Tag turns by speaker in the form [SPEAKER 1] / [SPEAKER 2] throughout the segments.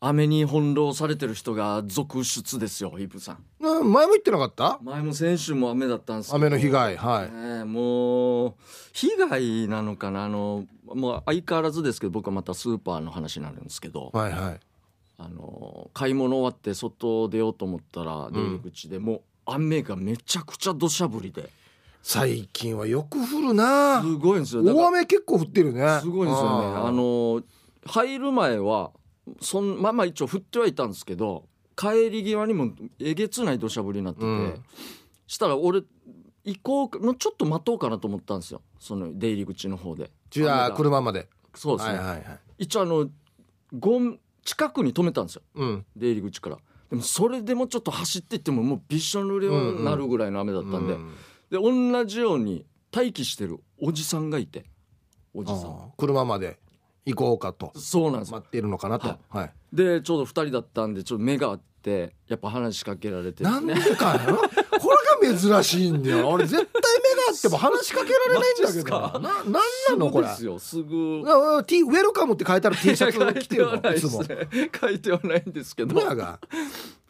[SPEAKER 1] 雨に翻弄されてる人が続出ですよイブさん
[SPEAKER 2] な前も言ってなかった
[SPEAKER 1] 前も先週も雨だったんですけど
[SPEAKER 2] 雨の被害はい
[SPEAKER 1] ねえもう被害なのかなあのもう相変わらずですけど僕はまたスーパーの話になるんですけど
[SPEAKER 2] はいはい
[SPEAKER 1] あの買い物終わって外出ようと思ったら出入り口でもう雨がめちゃくちゃ土砂降りで
[SPEAKER 2] 最近はよく降るな
[SPEAKER 1] すごいんですよだか
[SPEAKER 2] 大雨結構降ってるね
[SPEAKER 1] らすごいんですよね
[SPEAKER 2] あー
[SPEAKER 1] あの入る前はそんまあまあ一応降ってはいたんですけど帰り際にもえげつない土砂降りになってて、
[SPEAKER 2] うん
[SPEAKER 1] したら俺行こうかもうちょっと待とうかなと思ったんですよその出入り口の方で
[SPEAKER 2] じゃ
[SPEAKER 1] 雨
[SPEAKER 2] あ
[SPEAKER 1] が
[SPEAKER 2] 車まで
[SPEAKER 1] そうですね、
[SPEAKER 2] はいはいはい
[SPEAKER 1] 一応あのゴン近くに止めたんですよ
[SPEAKER 2] うん
[SPEAKER 1] 出入り口からでもそれでもちょっと走っていってももうびっしょ濡れになるぐらいの雨だったんで、
[SPEAKER 2] うん
[SPEAKER 1] で同じように待機してるおじさんがいておじさん
[SPEAKER 2] あー車まで行こうかと
[SPEAKER 1] そうなんですよ
[SPEAKER 2] 待っているのかなと
[SPEAKER 1] は
[SPEAKER 2] はい
[SPEAKER 1] でちょうど2人だったんでちょっと目が合ってやっぱ話しかけられて
[SPEAKER 2] なんで
[SPEAKER 1] ね
[SPEAKER 2] かよ。これが珍しいんだよ。俺絶対目があっても話しかけられないんだけど。な、なんなのこれ。
[SPEAKER 1] そうです
[SPEAKER 2] な
[SPEAKER 1] よすぐ
[SPEAKER 2] T ウェルカムって 書いたら T シャ ツ
[SPEAKER 1] 書い
[SPEAKER 2] 着
[SPEAKER 1] て
[SPEAKER 2] てる
[SPEAKER 1] はな
[SPEAKER 2] の。
[SPEAKER 1] いで
[SPEAKER 2] いつ
[SPEAKER 1] す
[SPEAKER 2] も。
[SPEAKER 1] ね書いてはないんですけど
[SPEAKER 2] 親が。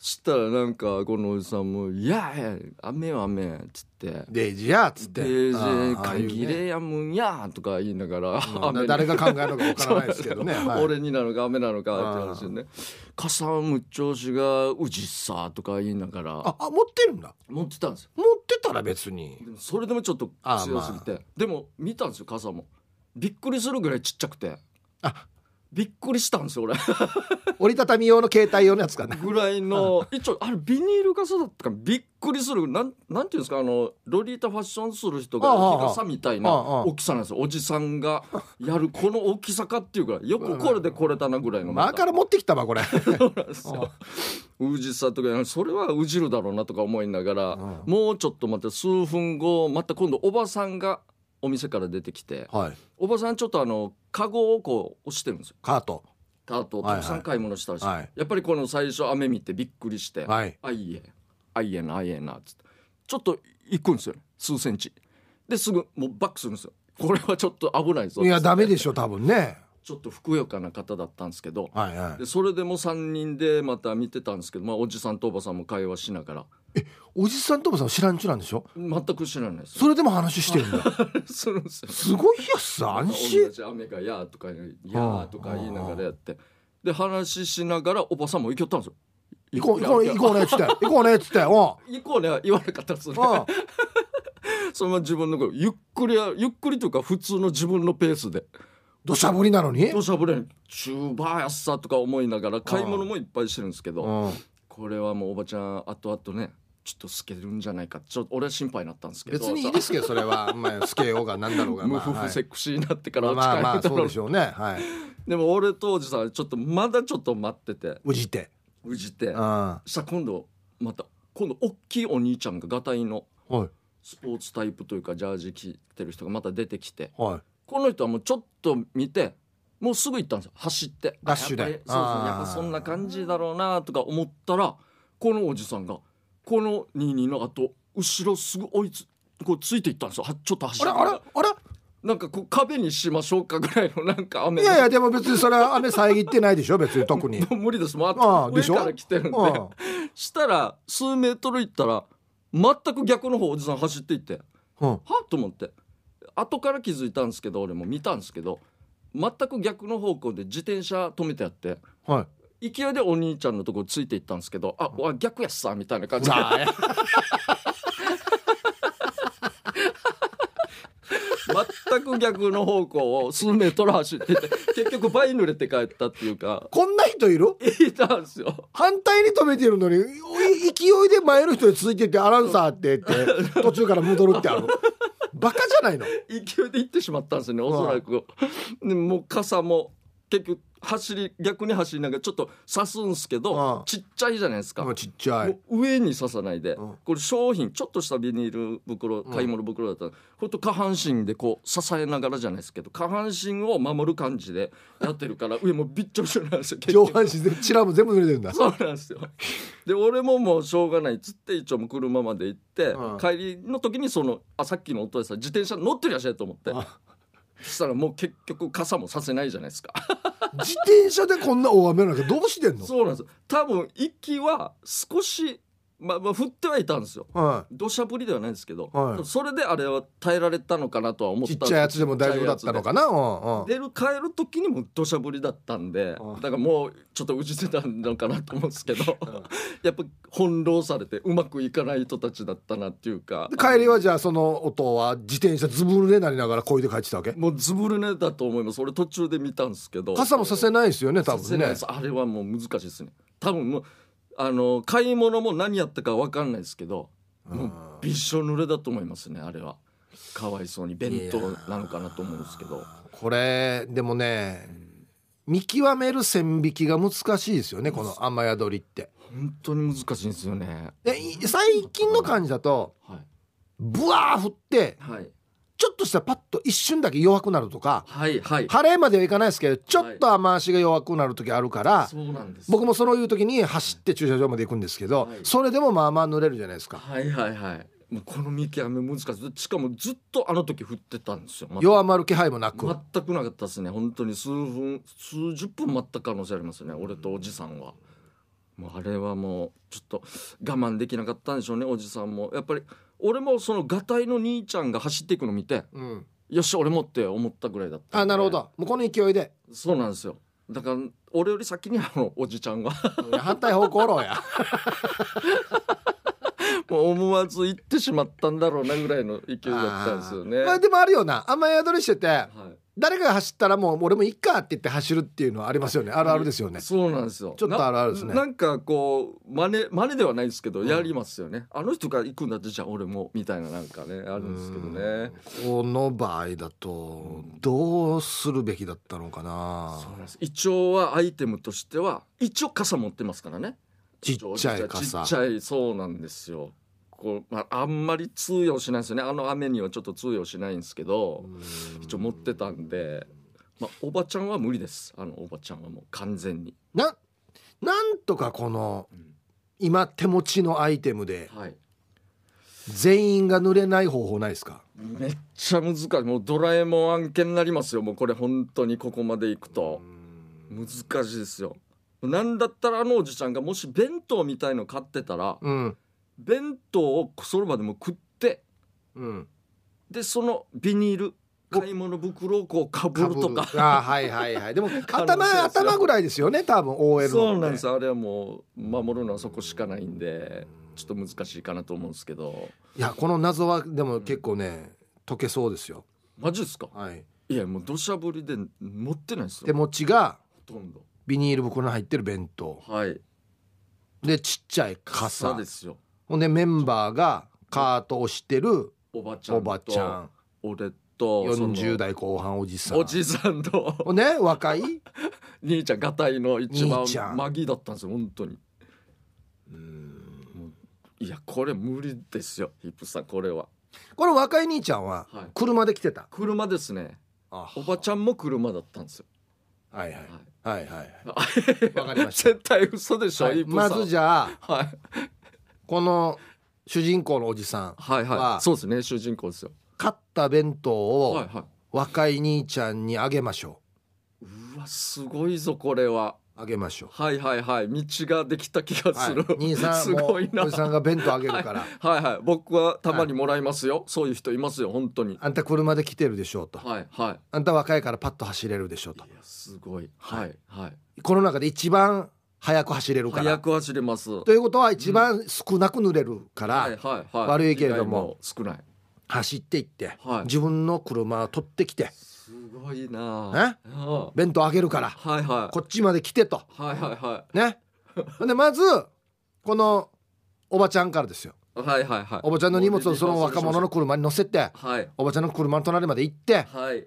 [SPEAKER 1] したらなんかこのおじさんも「いやいや雨は雨」っつって
[SPEAKER 2] デイジやっつっ
[SPEAKER 1] 「
[SPEAKER 2] て。
[SPEAKER 1] でーぜー
[SPEAKER 2] ああああいうね
[SPEAKER 1] 限れやもんや」とか言いながら
[SPEAKER 2] うん
[SPEAKER 1] 雨に
[SPEAKER 2] 誰が考えるのかわからないですけどね。はい
[SPEAKER 1] 俺になのか雨なのかって話でね「傘むっちょうしがうじっさ」とか言いながら
[SPEAKER 2] あ、あ持ってるんだ。
[SPEAKER 1] 持ってたんですよ
[SPEAKER 2] 持ってたら別に。
[SPEAKER 1] でもそれでもちょっと
[SPEAKER 2] あ
[SPEAKER 1] 強すぎてでも見たんですよ傘もびっくりするぐらいちっちゃくて
[SPEAKER 2] あ、
[SPEAKER 1] びっくりしたんですよ 俺
[SPEAKER 2] 折りたたみ用の携帯用のやつかな。
[SPEAKER 1] ぐらいの一応あれビニール傘だったからびっくりするなんなんていうんですかあのロリータファッションする人
[SPEAKER 2] あああ
[SPEAKER 1] が
[SPEAKER 2] あ
[SPEAKER 1] 日傘みたい
[SPEAKER 2] あ
[SPEAKER 1] な
[SPEAKER 2] あああ
[SPEAKER 1] 大きさなんですよおじさんがやるこの大きさか っていうかよくこれでこれだなぐらいの
[SPEAKER 2] まあから持ってきたわこれ。
[SPEAKER 1] そうなんですよ。うじさとかそれはうじるだろうなとか思いながら、
[SPEAKER 2] うん
[SPEAKER 1] もうちょっと待って数分後また今度おばさんがお店から出てきて
[SPEAKER 2] はい。
[SPEAKER 1] おばさんちょっとあのカゴをこう押してるんですよ
[SPEAKER 2] カート。
[SPEAKER 1] カートをた
[SPEAKER 2] はいはい
[SPEAKER 1] くさん買い物したらしい、
[SPEAKER 2] はい
[SPEAKER 1] やっぱりこの最初雨見てびっくりして「
[SPEAKER 2] はい。
[SPEAKER 1] あいえあいえなあいえな」っつってちょっと行くんですよね数センチですぐもうバックするんですよこれはちょっと危ないぞ
[SPEAKER 2] いやダメで
[SPEAKER 1] ょ
[SPEAKER 2] しょ多分ね。
[SPEAKER 1] ちょっとふくよかな方だったんですけど
[SPEAKER 2] はいはい
[SPEAKER 1] で。それでも3人でまた見てたんですけど、まあ、おじさんとおばさんも会話しながら
[SPEAKER 2] おじさんともさん知らんちゅなんでしょ。
[SPEAKER 1] 全く知らないです
[SPEAKER 2] それでも話してるんだ。
[SPEAKER 1] するんですよ
[SPEAKER 2] すごいやつ安
[SPEAKER 1] 同
[SPEAKER 2] 心
[SPEAKER 1] じ雨が「やー」とか「やー」とか言いながらやってで話ししながらおばさんも行きよったんですよ
[SPEAKER 2] 行こう行こう行こうねっつって行こうねっつってお
[SPEAKER 1] 行こうねは言わなかったんですよ
[SPEAKER 2] う
[SPEAKER 1] ね そのまま自分の声ゆっくりやゆっくりというか普通の自分のペースで
[SPEAKER 2] 土砂降りなのに
[SPEAKER 1] 土砂降りに「チューバーやっさ」とか思いながら買い物もいっぱいしてるんですけど
[SPEAKER 2] うん
[SPEAKER 1] これはもうおばちゃん後々ねちょっと透けるんじゃないかちょっと俺は心配になったんですけど
[SPEAKER 2] 別にいいですけどそれはまあスケようがなんだろうが
[SPEAKER 1] 無
[SPEAKER 2] まあ
[SPEAKER 1] 夫
[SPEAKER 2] はい
[SPEAKER 1] 婦セクシーになってから
[SPEAKER 2] まあ
[SPEAKER 1] 落
[SPEAKER 2] まあま
[SPEAKER 1] ち
[SPEAKER 2] あ
[SPEAKER 1] 帰
[SPEAKER 2] そ
[SPEAKER 1] る
[SPEAKER 2] うでしょうねはい
[SPEAKER 1] でも俺とおじさんちょっとまだちょっと待ってて
[SPEAKER 2] うじて
[SPEAKER 1] うじて
[SPEAKER 2] あ
[SPEAKER 1] さ今度また今度大きいお兄ちゃんがガタイの
[SPEAKER 2] あはい
[SPEAKER 1] スポーツタイプというかジャージ着てる人がまた出てきて
[SPEAKER 2] はい
[SPEAKER 1] この人はもうちょっと見てもうすぐ行ったんですよ走って
[SPEAKER 2] ダッシュで
[SPEAKER 1] やっぱりそうそう
[SPEAKER 2] あー
[SPEAKER 1] やっぱそんな感じだろうなとか思ったらこのおじさんがこの22の後後ろすぐ追いつこうついていったんですよはちょっと走
[SPEAKER 2] あ
[SPEAKER 1] っ
[SPEAKER 2] れ
[SPEAKER 1] て
[SPEAKER 2] あれあれ
[SPEAKER 1] なんかこう壁にしましょうかぐらいのなんか雨
[SPEAKER 2] い
[SPEAKER 1] の
[SPEAKER 2] やいやでも別にそれは雨遮ってないでし ょ別に特に
[SPEAKER 1] もう無理ですもうあ
[SPEAKER 2] あ
[SPEAKER 1] と
[SPEAKER 2] あ
[SPEAKER 1] 上
[SPEAKER 2] でしょ
[SPEAKER 1] から来てるんで
[SPEAKER 2] うん
[SPEAKER 1] したら数メートル行ったら全く逆の方おじさん走っていって
[SPEAKER 2] うん
[SPEAKER 1] はっと思って後から気づいたんですけど俺も見たんですけど全く逆の方向で自転車止めてあって
[SPEAKER 2] はい
[SPEAKER 1] 勢いでお兄ちゃんのとこついていったんですけど「あわ逆やっさ」みたいな感じで
[SPEAKER 2] さあ
[SPEAKER 1] 全く逆の方向を数メートル走ってて結局倍濡れて帰ったっていうか
[SPEAKER 2] こんな人いる
[SPEAKER 1] いたんですよ。
[SPEAKER 2] 反対に止めてるのにおい勢いで前の人に続いてってアナウンサーっ てって途中から戻るってあるバカじゃないの
[SPEAKER 1] 勢いで行ってしまったんですよねおそらく、でもう傘も結局走り逆に走りながらちょっと刺すんですけど、
[SPEAKER 2] ああ
[SPEAKER 1] ちっちゃいじゃないですか、
[SPEAKER 2] もうちっちゃい
[SPEAKER 1] もう上に刺さないで、
[SPEAKER 2] うん
[SPEAKER 1] これ商品ちょっとしたビニール袋買い物袋だったら、ほんと下半身でこう支えながらじゃないですけど下半身を守る感じでやってるから上もびっちょびちょなんですよ結
[SPEAKER 2] 上
[SPEAKER 1] 局
[SPEAKER 2] 半身でチラも全部濡れてるんだ
[SPEAKER 1] そうなんですよで俺ももうしょうがないっつって一応もう車まで行って、
[SPEAKER 2] うん
[SPEAKER 1] 帰りの時にそのあさっきの音でさ自転車乗ってるやしやと思って
[SPEAKER 2] あ
[SPEAKER 1] そしたらもう結局傘もさせないじゃないですか
[SPEAKER 2] 自転車でこんな大雨なんかどうしてんの
[SPEAKER 1] そうなんです多分息は少し、まあ、まあ降ってはいたんですよ
[SPEAKER 2] は
[SPEAKER 1] 土砂降りではないですけど、
[SPEAKER 2] はい
[SPEAKER 1] それであれは耐えられたのかなとは思った
[SPEAKER 2] いちっ
[SPEAKER 1] んです
[SPEAKER 2] ちゃいやつでも大丈夫だったのかなうんうん
[SPEAKER 1] 出る帰る時にも土砂降りだったんで
[SPEAKER 2] うん
[SPEAKER 1] だからもうちょっとうじてたのかなと思うんですけど
[SPEAKER 2] ん
[SPEAKER 1] やっぱ翻弄されてうまくいかない人たちだったなっていうか
[SPEAKER 2] で帰りはじゃあその音は自転車ずぶ濡れになりながらこいで帰ってたわけ
[SPEAKER 1] もうズブルネだと思います俺途中で見たんですけど
[SPEAKER 2] 傘もさせないですよね多
[SPEAKER 1] させ
[SPEAKER 2] 分
[SPEAKER 1] ない
[SPEAKER 2] ね
[SPEAKER 1] ですあれはもう難しいですね多分もうあの買い物も何やったか分かんないですけどもうびっしょ濡れだと思いますねあれはかわいそうに弁当なのかなと思うんですけど
[SPEAKER 2] これでもね見極める線引きが難しいですよねこの雨宿りって
[SPEAKER 1] 本当に難しいんですよね
[SPEAKER 2] でい最近の感じだと
[SPEAKER 1] はい
[SPEAKER 2] ブワー降って
[SPEAKER 1] はい
[SPEAKER 2] ちょっとしたパッと一瞬だけ弱くなるとか
[SPEAKER 1] はいはい
[SPEAKER 2] 晴れまではいかないですけどちょっと雨足が弱くなる時あるから
[SPEAKER 1] そうなんです
[SPEAKER 2] 僕もそういう時に走って駐車場まで行くんですけど
[SPEAKER 1] はい
[SPEAKER 2] それでもまあまあ濡れるじゃないですか
[SPEAKER 1] はいはいはいもうこの見極め難しいしかもずっとあの時降ってたんですよ、ま
[SPEAKER 2] 弱まる気配もなく
[SPEAKER 1] 全くなかったですね本当に数分数十分待った可能性ありますね俺とおじさんはもうあれはもうちょっと我慢できなかったんでしょうねおじさんもやっぱり俺もそのガタイの兄ちゃんが走っていくの見て
[SPEAKER 2] うん
[SPEAKER 1] よし俺もって思ったぐらいだったんで
[SPEAKER 2] あなるほどもうこの勢 いで
[SPEAKER 1] そうなんですよだから俺より先にあのおじちゃんが
[SPEAKER 2] いや反対方向論や
[SPEAKER 1] もう思わず行ってしまったんだろうなぐらいの勢いだったんですよね
[SPEAKER 2] あーまあでもあるよな雨宿りしてて
[SPEAKER 1] はい
[SPEAKER 2] 誰かが走ったらもう俺もいっかって言って走るっていうのはありますよねあるあるですよね
[SPEAKER 1] そうなんですよ。
[SPEAKER 2] ちょっとあるあるですね
[SPEAKER 1] ななんかこう真似真似ではないですけど
[SPEAKER 2] ん
[SPEAKER 1] やりますよね。あの人が行くんだってじゃあ俺もみたいななんかねあるんですけどね。
[SPEAKER 2] この場合だとどうするべきだったのかな
[SPEAKER 1] そうなんです。一応はアイテムとしては一応傘持ってますからね。
[SPEAKER 2] ちっちゃい
[SPEAKER 1] ち
[SPEAKER 2] 傘
[SPEAKER 1] っちゃいそうなんですよ。こうまああんまり通用しないですよね。あの雨にはちょっと通用しないんですけど、一応持ってたんで。まあ、おばちゃんは無理です。あのおばちゃんはもう完全に。
[SPEAKER 2] ななんとかこの
[SPEAKER 1] ん
[SPEAKER 2] 今手持ちのアイテムで
[SPEAKER 1] はい。
[SPEAKER 2] 全員が濡れない方法ないですか
[SPEAKER 1] めっちゃ難しいもうドラえもん案件になりますよもうこれ本当にここまでいくと難しいですよなんだったらあのおじちゃんがもし弁当みたいの買ってたら
[SPEAKER 2] うん
[SPEAKER 1] 弁当をその場でも食って
[SPEAKER 2] うん
[SPEAKER 1] でそのビニール買い物袋をこうかぶるとか
[SPEAKER 2] あーはいはいは いでも
[SPEAKER 1] 可能性ですよ
[SPEAKER 2] 頭頭ぐらいですよね多分 OL のって
[SPEAKER 1] そうなんですあれはもう守るのはそこしかないんでちょっと難しいかなと思うんですけど
[SPEAKER 2] いやこの謎はでも結構ね解けそうですよ
[SPEAKER 1] マジですか
[SPEAKER 2] はい
[SPEAKER 1] いやもう土砂降りで持ってないです
[SPEAKER 2] 手
[SPEAKER 1] よ
[SPEAKER 2] 持ちが
[SPEAKER 1] ほとんど
[SPEAKER 2] ビニール袋に入ってる弁当
[SPEAKER 1] はい
[SPEAKER 2] でちっちゃい傘
[SPEAKER 1] ですよ
[SPEAKER 2] ほんでメンバーがカートをしてる
[SPEAKER 1] おばちゃん
[SPEAKER 2] お
[SPEAKER 1] と
[SPEAKER 2] ばちゃん
[SPEAKER 1] 俺と
[SPEAKER 2] 40
[SPEAKER 1] 代
[SPEAKER 2] 代後半おじさん
[SPEAKER 1] おじさんと
[SPEAKER 2] ほんで若い
[SPEAKER 1] 兄ちゃんがたいの一番
[SPEAKER 2] 兄ちゃん
[SPEAKER 1] マギだったんですよ本当にもういやこれ無理ですよヒップさんこれは
[SPEAKER 2] この若い兄ちゃんは
[SPEAKER 1] はい
[SPEAKER 2] 車で来てた、
[SPEAKER 1] 車ですねおばち
[SPEAKER 2] ゃ
[SPEAKER 1] ゃんも車だったんですよ、
[SPEAKER 2] んはいはい
[SPEAKER 1] はい
[SPEAKER 2] はいはい
[SPEAKER 1] あ
[SPEAKER 2] わかりまし た
[SPEAKER 1] 絶対嘘でしょ、
[SPEAKER 2] はい
[SPEAKER 1] ヒップさ
[SPEAKER 2] ま
[SPEAKER 1] ん
[SPEAKER 2] ずじゃあ
[SPEAKER 1] はい
[SPEAKER 2] この主人公のおじさん
[SPEAKER 1] はいは
[SPEAKER 2] はい
[SPEAKER 1] そうですね主人公ですよ
[SPEAKER 2] 買った弁当
[SPEAKER 1] は
[SPEAKER 2] を
[SPEAKER 1] いは
[SPEAKER 2] 若い兄ちゃんにあげましょ
[SPEAKER 1] いうわすごいぞこれは
[SPEAKER 2] うあげましょ
[SPEAKER 1] はいはいはい道ができた気が
[SPEAKER 2] う、は
[SPEAKER 1] す
[SPEAKER 2] い
[SPEAKER 1] る、、
[SPEAKER 2] 兄さん
[SPEAKER 1] す
[SPEAKER 2] も
[SPEAKER 1] ごいな
[SPEAKER 2] おじさんが弁当あげるから、
[SPEAKER 1] はいはい僕はたまにもらいますよ、そういう人いますよ本当に
[SPEAKER 2] あんた車で来てるでしょうと、
[SPEAKER 1] はいは
[SPEAKER 2] あんた若いからパッと走れるでしょうと
[SPEAKER 1] いいやすごいはいはい
[SPEAKER 2] この中で一番早く走れるから
[SPEAKER 1] 早く走れますは
[SPEAKER 2] ということは一番少なく濡れるから、
[SPEAKER 1] いはいはい
[SPEAKER 2] 悪いけれども
[SPEAKER 1] 被害少ない
[SPEAKER 2] 走っていって、
[SPEAKER 1] はい
[SPEAKER 2] 自分の車を取ってきて
[SPEAKER 1] すごいなえは
[SPEAKER 2] 弁当あげるから
[SPEAKER 1] いはいはい
[SPEAKER 2] こっちまで来てと
[SPEAKER 1] はいは
[SPEAKER 2] ねほんでまずこのおばちゃんからですよ
[SPEAKER 1] いはいはいはい
[SPEAKER 2] おばちゃんの荷物をその若者の車に乗せて
[SPEAKER 1] はい
[SPEAKER 2] おばちゃんの車の隣まで行って
[SPEAKER 1] はい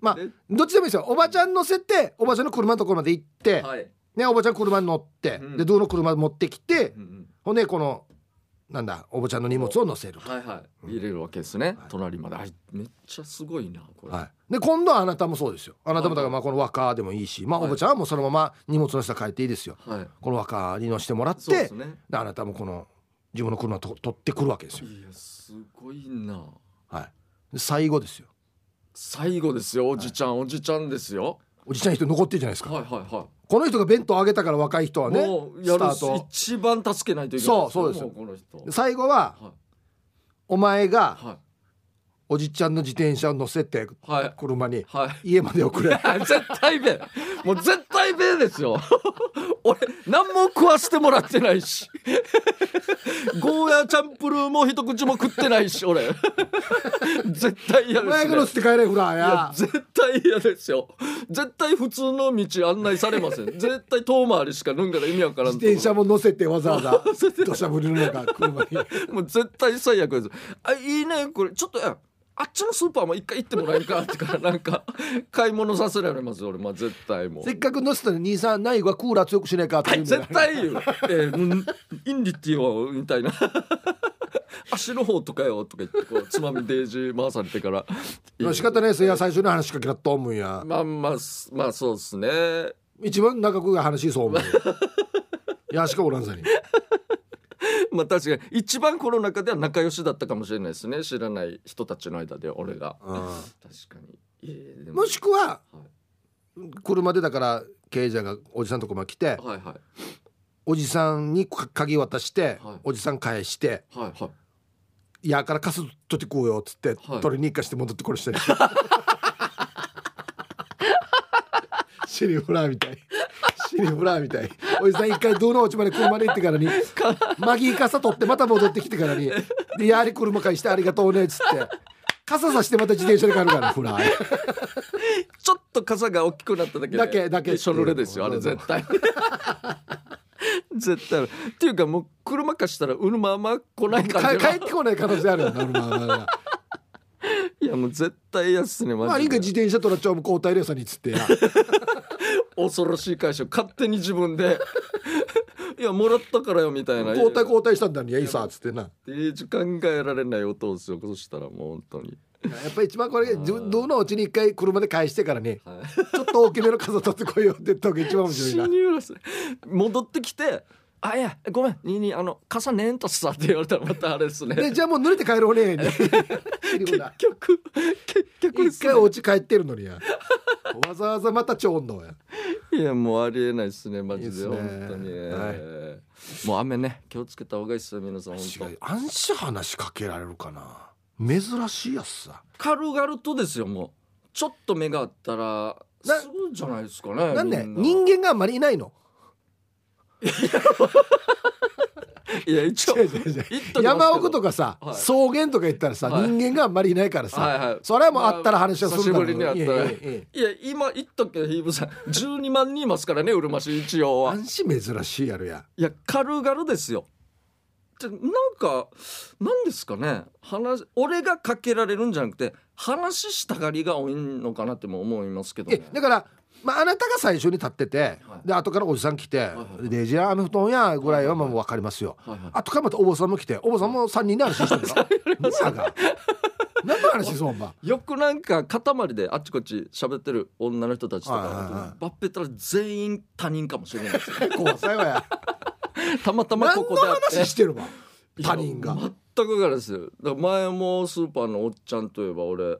[SPEAKER 2] まあ
[SPEAKER 1] え
[SPEAKER 2] どっちでもいいですよおばちゃん乗せておばちゃんの車のところまで行って、
[SPEAKER 1] はい
[SPEAKER 2] ね、おばちゃん車に乗って、
[SPEAKER 1] うん
[SPEAKER 2] でどの車持ってきて、
[SPEAKER 1] うんうん
[SPEAKER 2] ほんでこのなんだおばちゃんの荷物を乗せると、
[SPEAKER 1] はいはい入れるわけですね
[SPEAKER 2] はい
[SPEAKER 1] 隣まであいめっちゃすごいなこれ
[SPEAKER 2] はい、で今度はあなたもそうですよあなたもだからまあこの若でもいいし、まあ、
[SPEAKER 1] はい
[SPEAKER 2] おばちゃんはもうそのまま荷物の下帰っていいですよ
[SPEAKER 1] はい
[SPEAKER 2] この若に乗せてもらって
[SPEAKER 1] そう
[SPEAKER 2] で、
[SPEAKER 1] ですね
[SPEAKER 2] あなたもこの自分の車と取ってくるわけですよ、
[SPEAKER 1] いやすごいな
[SPEAKER 2] はい、で最後ですよ
[SPEAKER 1] 最後ですよおじちゃんおじちゃんですよ
[SPEAKER 2] おじちゃん人残ってるじゃないですか、
[SPEAKER 1] はいはいは。
[SPEAKER 2] この人が弁当あげたから若い人はいね
[SPEAKER 1] もうや
[SPEAKER 2] ス
[SPEAKER 1] る
[SPEAKER 2] タート
[SPEAKER 1] 一番助けないといけないよ
[SPEAKER 2] そうそうですよ
[SPEAKER 1] もこの人。
[SPEAKER 2] 最後は
[SPEAKER 1] はい
[SPEAKER 2] お前が
[SPEAKER 1] は
[SPEAKER 2] おじちゃんの自転車を乗せて
[SPEAKER 1] いはい
[SPEAKER 2] 車に
[SPEAKER 1] はい。
[SPEAKER 2] 家まで 送れ
[SPEAKER 1] あ絶対べもう絶対べですよ俺何も食わせてもらってないしゴーヤーチャンプルーも一口も食ってないし俺絶対嫌
[SPEAKER 2] お
[SPEAKER 1] で
[SPEAKER 2] 前
[SPEAKER 1] す、
[SPEAKER 2] が
[SPEAKER 1] ね
[SPEAKER 2] 乗せ、て帰れフラー
[SPEAKER 1] いや
[SPEAKER 2] や
[SPEAKER 1] 絶対嫌ですよ絶対普通の道案内されません絶対遠回りしかぬんから意味わからん
[SPEAKER 2] 自
[SPEAKER 1] と思う
[SPEAKER 2] 転車も乗せてわざわざ土砂降りの中車に
[SPEAKER 1] もう絶対最悪ですあいいねこれちょっとえあっちのスーパーも一回行ってもらえるかってからなんか 買い物させられますよ俺まあ絶対もう
[SPEAKER 2] せっかく乗せたのに兄さんないがクーラー強くしないかっていうんだよ
[SPEAKER 1] 絶対言う、えーんインディティをみたいな 足の方とかよとか言ってこうつまみデージ回されてから
[SPEAKER 2] まあ仕方ないですよいや最初の話しかけだと思うんや
[SPEAKER 1] まあまあすまあそうですね
[SPEAKER 2] 一番長くが話しそう思ういやしかおらんさに
[SPEAKER 1] まあ確かに一番この中では仲良しだったかもしれないですね知らない人たちの間で俺が
[SPEAKER 2] う
[SPEAKER 1] 確かにえーで
[SPEAKER 2] ん
[SPEAKER 1] も
[SPEAKER 2] もしくは
[SPEAKER 1] は
[SPEAKER 2] 車でだからケイジャーがおじさんとこまで来て
[SPEAKER 1] いはいはい
[SPEAKER 2] おじさんにか鍵渡して、
[SPEAKER 1] はい
[SPEAKER 2] おじさん返して
[SPEAKER 1] はいはい
[SPEAKER 2] 「いやからカス取ってこうよ」っつって、
[SPEAKER 1] はい
[SPEAKER 2] 取りに行かして戻ってこれしたり シリフラーみたいシリフラーみたいおじさん一回道路落ちまで車で行ってからに マギー傘取ってまた戻ってきてからに「でやはり車返してありがとうね」っつって傘さしてまた自転車で帰るからフラー。
[SPEAKER 1] ちょっと傘が大きくなっただけで
[SPEAKER 2] だけだけ
[SPEAKER 1] ショルレですよあれ絶対絶対っていうかもう車貸したら売るまま来ない
[SPEAKER 2] か
[SPEAKER 1] 感じ
[SPEAKER 2] 帰
[SPEAKER 1] が
[SPEAKER 2] ってこない可能性あるよな、まあまあまあ
[SPEAKER 1] いやもう絶対嫌っすね
[SPEAKER 2] まあ、
[SPEAKER 1] マ
[SPEAKER 2] いい
[SPEAKER 1] ジ
[SPEAKER 2] か
[SPEAKER 1] で
[SPEAKER 2] 自転車取らっちゃうも交代レーサーにっ つってや。
[SPEAKER 1] 恐ろしい会社勝手に自分 でいやもらったからよみたいな
[SPEAKER 2] 交代交代したんだに、いやいいさっつってな。
[SPEAKER 1] え時間考えられない音ですよそしたらもう本当に、
[SPEAKER 2] やっぱり一番これ、自分、どのうちに一回車で返してからね。
[SPEAKER 1] は
[SPEAKER 2] ちょっと大きめの傘取ってこいよって言った方が一番
[SPEAKER 1] い、
[SPEAKER 2] 面白い
[SPEAKER 1] 死
[SPEAKER 2] な。
[SPEAKER 1] にうらす戻ってきて「あいやごめんニーニーあの傘ねえんとさ」って言われたらまたあれですね
[SPEAKER 2] で、じゃあもう濡れて帰ろうね。
[SPEAKER 1] 結局結局で
[SPEAKER 2] 一
[SPEAKER 1] すね
[SPEAKER 2] 回お家帰ってるのにや。わざわざまたちょんのや。
[SPEAKER 1] いやもうありえないですねマジで
[SPEAKER 2] いいっすね
[SPEAKER 1] 本当に、
[SPEAKER 2] は
[SPEAKER 1] もう雨ね気をつけた方がいいですよ皆さん本
[SPEAKER 2] 違
[SPEAKER 1] 当
[SPEAKER 2] う、暗視話しかけられるかな。珍しいやつさ。
[SPEAKER 1] 軽々とですよもうちょっと目があったら
[SPEAKER 2] な
[SPEAKER 1] すぐじゃないですかね
[SPEAKER 2] なんで、
[SPEAKER 1] みん
[SPEAKER 2] 人間があんまりいないの。
[SPEAKER 1] ないや一応
[SPEAKER 2] 違う違う違
[SPEAKER 1] 言
[SPEAKER 2] う
[SPEAKER 1] っときますけど
[SPEAKER 2] 山奥とかさ、
[SPEAKER 1] はい
[SPEAKER 2] 草原とか行ったらさ、
[SPEAKER 1] はい
[SPEAKER 2] 人間があんまりいないからさ、
[SPEAKER 1] はいはい
[SPEAKER 2] それはもうあったら話はするだろう
[SPEAKER 1] まあ久しぶりに会ったら
[SPEAKER 2] いえいえいえ
[SPEAKER 1] いや今言っとくけどヒーブさん12万人いますからねうるま市一応は
[SPEAKER 2] 安心珍しいやるや
[SPEAKER 1] いや軽々ですよでなんかなんですかね話俺がかけられるんじゃなくて話したがりが多いのかなっても思いますけど、
[SPEAKER 2] え
[SPEAKER 1] ね、
[SPEAKER 2] だから、まあ、あなたが最初に立ってて、
[SPEAKER 1] はい
[SPEAKER 2] で後からおじさん来て「
[SPEAKER 1] いはい
[SPEAKER 2] レジャーアメフトンや」ぐらいはまあもう分かりますよ、
[SPEAKER 1] はいはい
[SPEAKER 2] 後からまたお坊さんも来てお坊さんも3人で話してる から何が何の話そうば
[SPEAKER 1] よくなんか塊であっちこっち喋ってる女の人たちと
[SPEAKER 2] はいはいは
[SPEAKER 1] か
[SPEAKER 2] い
[SPEAKER 1] バッペたら全員他人かもしれないですよ
[SPEAKER 2] 怖さよや
[SPEAKER 1] たまたま
[SPEAKER 2] 何
[SPEAKER 1] ここ
[SPEAKER 2] の
[SPEAKER 1] で会って
[SPEAKER 2] 話してるわ他人が
[SPEAKER 1] いや全くからですよだから前もスーパーのおっちゃんといえば俺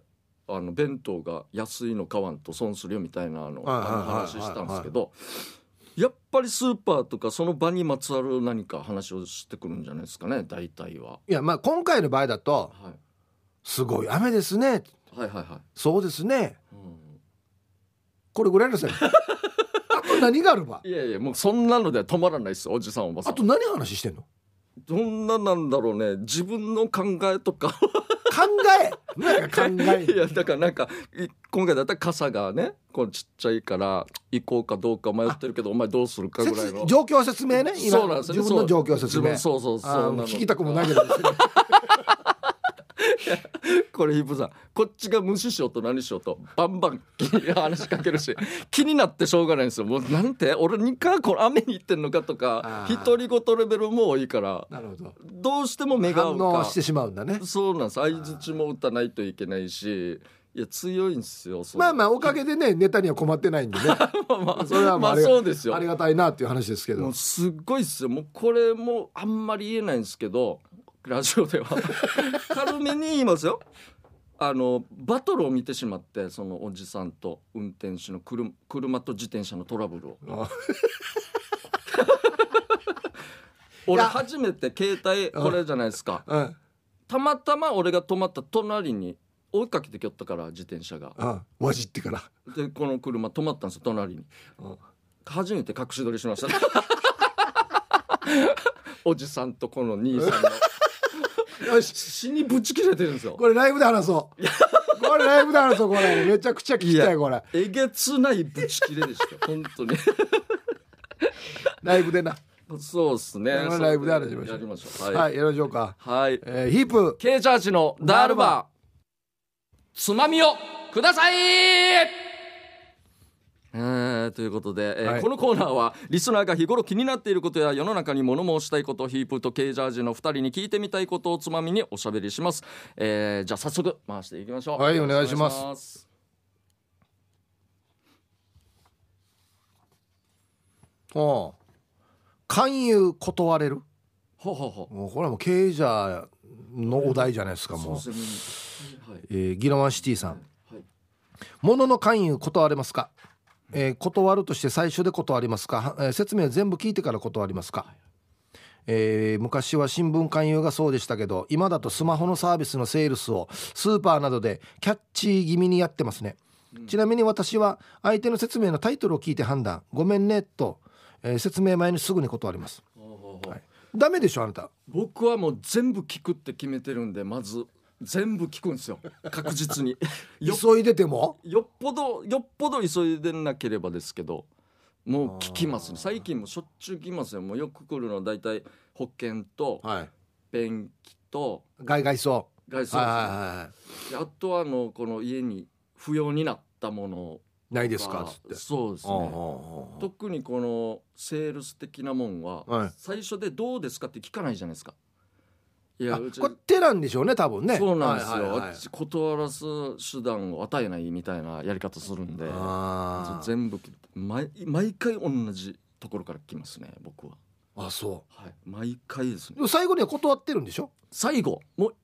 [SPEAKER 1] あの弁当が安いの買わんと損するよみたいなあの
[SPEAKER 2] はいはいはいはい
[SPEAKER 1] あの話したんですけどやっぱりスーパーとかその場にまつわる何か話をしてくるんじゃないですかね大体は、
[SPEAKER 2] いやまあ今回の場合だと
[SPEAKER 1] は
[SPEAKER 2] 「すごい雨ですね
[SPEAKER 1] い、はいはいは」
[SPEAKER 2] 「そうですね」
[SPEAKER 1] い、う
[SPEAKER 2] これぐらい の線あと何があるば
[SPEAKER 1] ん、いやいやもうそんなのでは止まらないですおじさんおばさ
[SPEAKER 2] あ
[SPEAKER 1] ん
[SPEAKER 2] と何話してんの
[SPEAKER 1] どんななんだろうね自分の考えとか
[SPEAKER 2] 考え何か考
[SPEAKER 1] いや
[SPEAKER 2] え
[SPEAKER 1] だからなんかい今回だったら傘がねこうちっちゃいから行こうかどうか迷ってるけどお前どうするかぐらい
[SPEAKER 2] 説
[SPEAKER 1] の
[SPEAKER 2] 状況説明ね今
[SPEAKER 1] そうなんですよね
[SPEAKER 2] 自分の状況説
[SPEAKER 1] 自
[SPEAKER 2] 明
[SPEAKER 1] 分そうそうそう
[SPEAKER 2] あー
[SPEAKER 1] な
[SPEAKER 2] も
[SPEAKER 1] の
[SPEAKER 2] う聞きたくもないけどですね
[SPEAKER 1] これヒップさんこっちが無視しようと何しようとバンバン気に話しかけるし 気になってしょうがないんですよもうなんて俺にかこの雨に行ってんのかとか
[SPEAKER 2] あー
[SPEAKER 1] 独り言レベルも多いから
[SPEAKER 2] なるほど
[SPEAKER 1] どうしても目が合
[SPEAKER 2] 反
[SPEAKER 1] う
[SPEAKER 2] 応
[SPEAKER 1] か
[SPEAKER 2] してしまうんだね
[SPEAKER 1] そうなんです相づちも打たないといけないしいや強いんですよ
[SPEAKER 2] まあま
[SPEAKER 1] あ
[SPEAKER 2] あおかげでねネタには困 ってないんでね
[SPEAKER 1] まあまあ
[SPEAKER 2] それは
[SPEAKER 1] ま
[SPEAKER 2] まああ
[SPEAKER 1] あ
[SPEAKER 2] りが
[SPEAKER 1] そうですよ
[SPEAKER 2] ありがたいなっていう話ですけ
[SPEAKER 1] も
[SPEAKER 2] ど
[SPEAKER 1] うすっごいっすよもうこれも あんまり言えないんですけどラジオでは軽めに言いますよあのバトルを見てしまってそのおじさんと運転手の車車と自転車のトラブルを
[SPEAKER 2] あ
[SPEAKER 1] 俺
[SPEAKER 2] いや
[SPEAKER 1] 初めて携帯これじゃないですか
[SPEAKER 2] うん
[SPEAKER 1] たまたま俺が止まった隣に追いかけてきよったから自転車が
[SPEAKER 2] うんわじってから
[SPEAKER 1] でこの車止まったんですよ隣に
[SPEAKER 2] うん
[SPEAKER 1] 初めて隠し撮りしま したねおじさんとこの兄さんの
[SPEAKER 2] よし
[SPEAKER 1] 死にぶち切れてるんですよ
[SPEAKER 2] これライブで話そうこれライブで話そうこれめちゃくちゃ聞きた
[SPEAKER 1] い
[SPEAKER 2] い
[SPEAKER 1] や
[SPEAKER 2] これ
[SPEAKER 1] えげつないぶち切れでした本当に
[SPEAKER 2] ライブでな
[SPEAKER 1] そうですね
[SPEAKER 2] これライブで話しましょう
[SPEAKER 1] やりましょう
[SPEAKER 2] はいやりましょうか
[SPEAKER 1] はい、はい
[SPEAKER 2] えーヒープ
[SPEAKER 1] K チャージのダールバーつまみをくださいえーということで、えー
[SPEAKER 2] はい
[SPEAKER 1] このコーナーはリスナーが日頃気になっていることや世の中に物申したいことヒープと K ジャージの2人に聞いてみたいことをつまみにおしゃべりします、えーじゃあ早速回していきましょう
[SPEAKER 2] はいお願いします
[SPEAKER 1] お願いす
[SPEAKER 2] うん勧誘断れる
[SPEAKER 1] ほうほうほう
[SPEAKER 2] もうこれはもう経営者のお題じゃないですか
[SPEAKER 1] そう
[SPEAKER 2] もう
[SPEAKER 1] ですねはい
[SPEAKER 2] えーギロワンシティさん
[SPEAKER 1] はい
[SPEAKER 2] 物の勧誘断れますか、えー断るとして最初で断りますか、えー説明を全部聞いてから断りますか、えー昔は新聞勧誘がそうでしたけど今だとスマホのサービスのセールスをスーパーなどでキャッチー気味にやってますね、ちなみに私は相手の説明のタイトルを聞いて判断「ごめんね」と、えー説明前にすぐに断ります
[SPEAKER 1] ほうほうほう
[SPEAKER 2] ダメでしょあなた
[SPEAKER 1] 僕はもう全部聞くって決めてるんでまず全部聞くんです よ確実によ
[SPEAKER 2] 急いでても
[SPEAKER 1] よっぽどよっぽど急いでなければですけどもう聞きますね最近もしょっちゅう聞きますよもうよく来るのは大体保険と
[SPEAKER 2] はい
[SPEAKER 1] 便器と
[SPEAKER 2] 外外装
[SPEAKER 1] 外装です
[SPEAKER 2] はい
[SPEAKER 1] ね
[SPEAKER 2] はいはいは
[SPEAKER 1] であとはあのこの家に不要になったもの
[SPEAKER 2] いないですか
[SPEAKER 1] が
[SPEAKER 2] つって
[SPEAKER 1] そうです
[SPEAKER 2] おうお
[SPEAKER 1] ね
[SPEAKER 2] うおう
[SPEAKER 1] 特にこのセールス的なもんは、
[SPEAKER 2] はい
[SPEAKER 1] 最初で「どうですか?」って聞かないじゃないですか。いや
[SPEAKER 2] あ
[SPEAKER 1] うち
[SPEAKER 2] これ手なんでしょうね多分ね
[SPEAKER 1] そうなんですよ、
[SPEAKER 2] はいはいはい
[SPEAKER 1] あっち断らす手段を与えないみたいなやり方するんで
[SPEAKER 2] あー
[SPEAKER 1] 全部毎毎回同じところから来ますね僕は、
[SPEAKER 2] あそ
[SPEAKER 1] はい、毎回です
[SPEAKER 2] う
[SPEAKER 1] ね
[SPEAKER 2] でも最後には断ってるんでしょ
[SPEAKER 1] 最後もう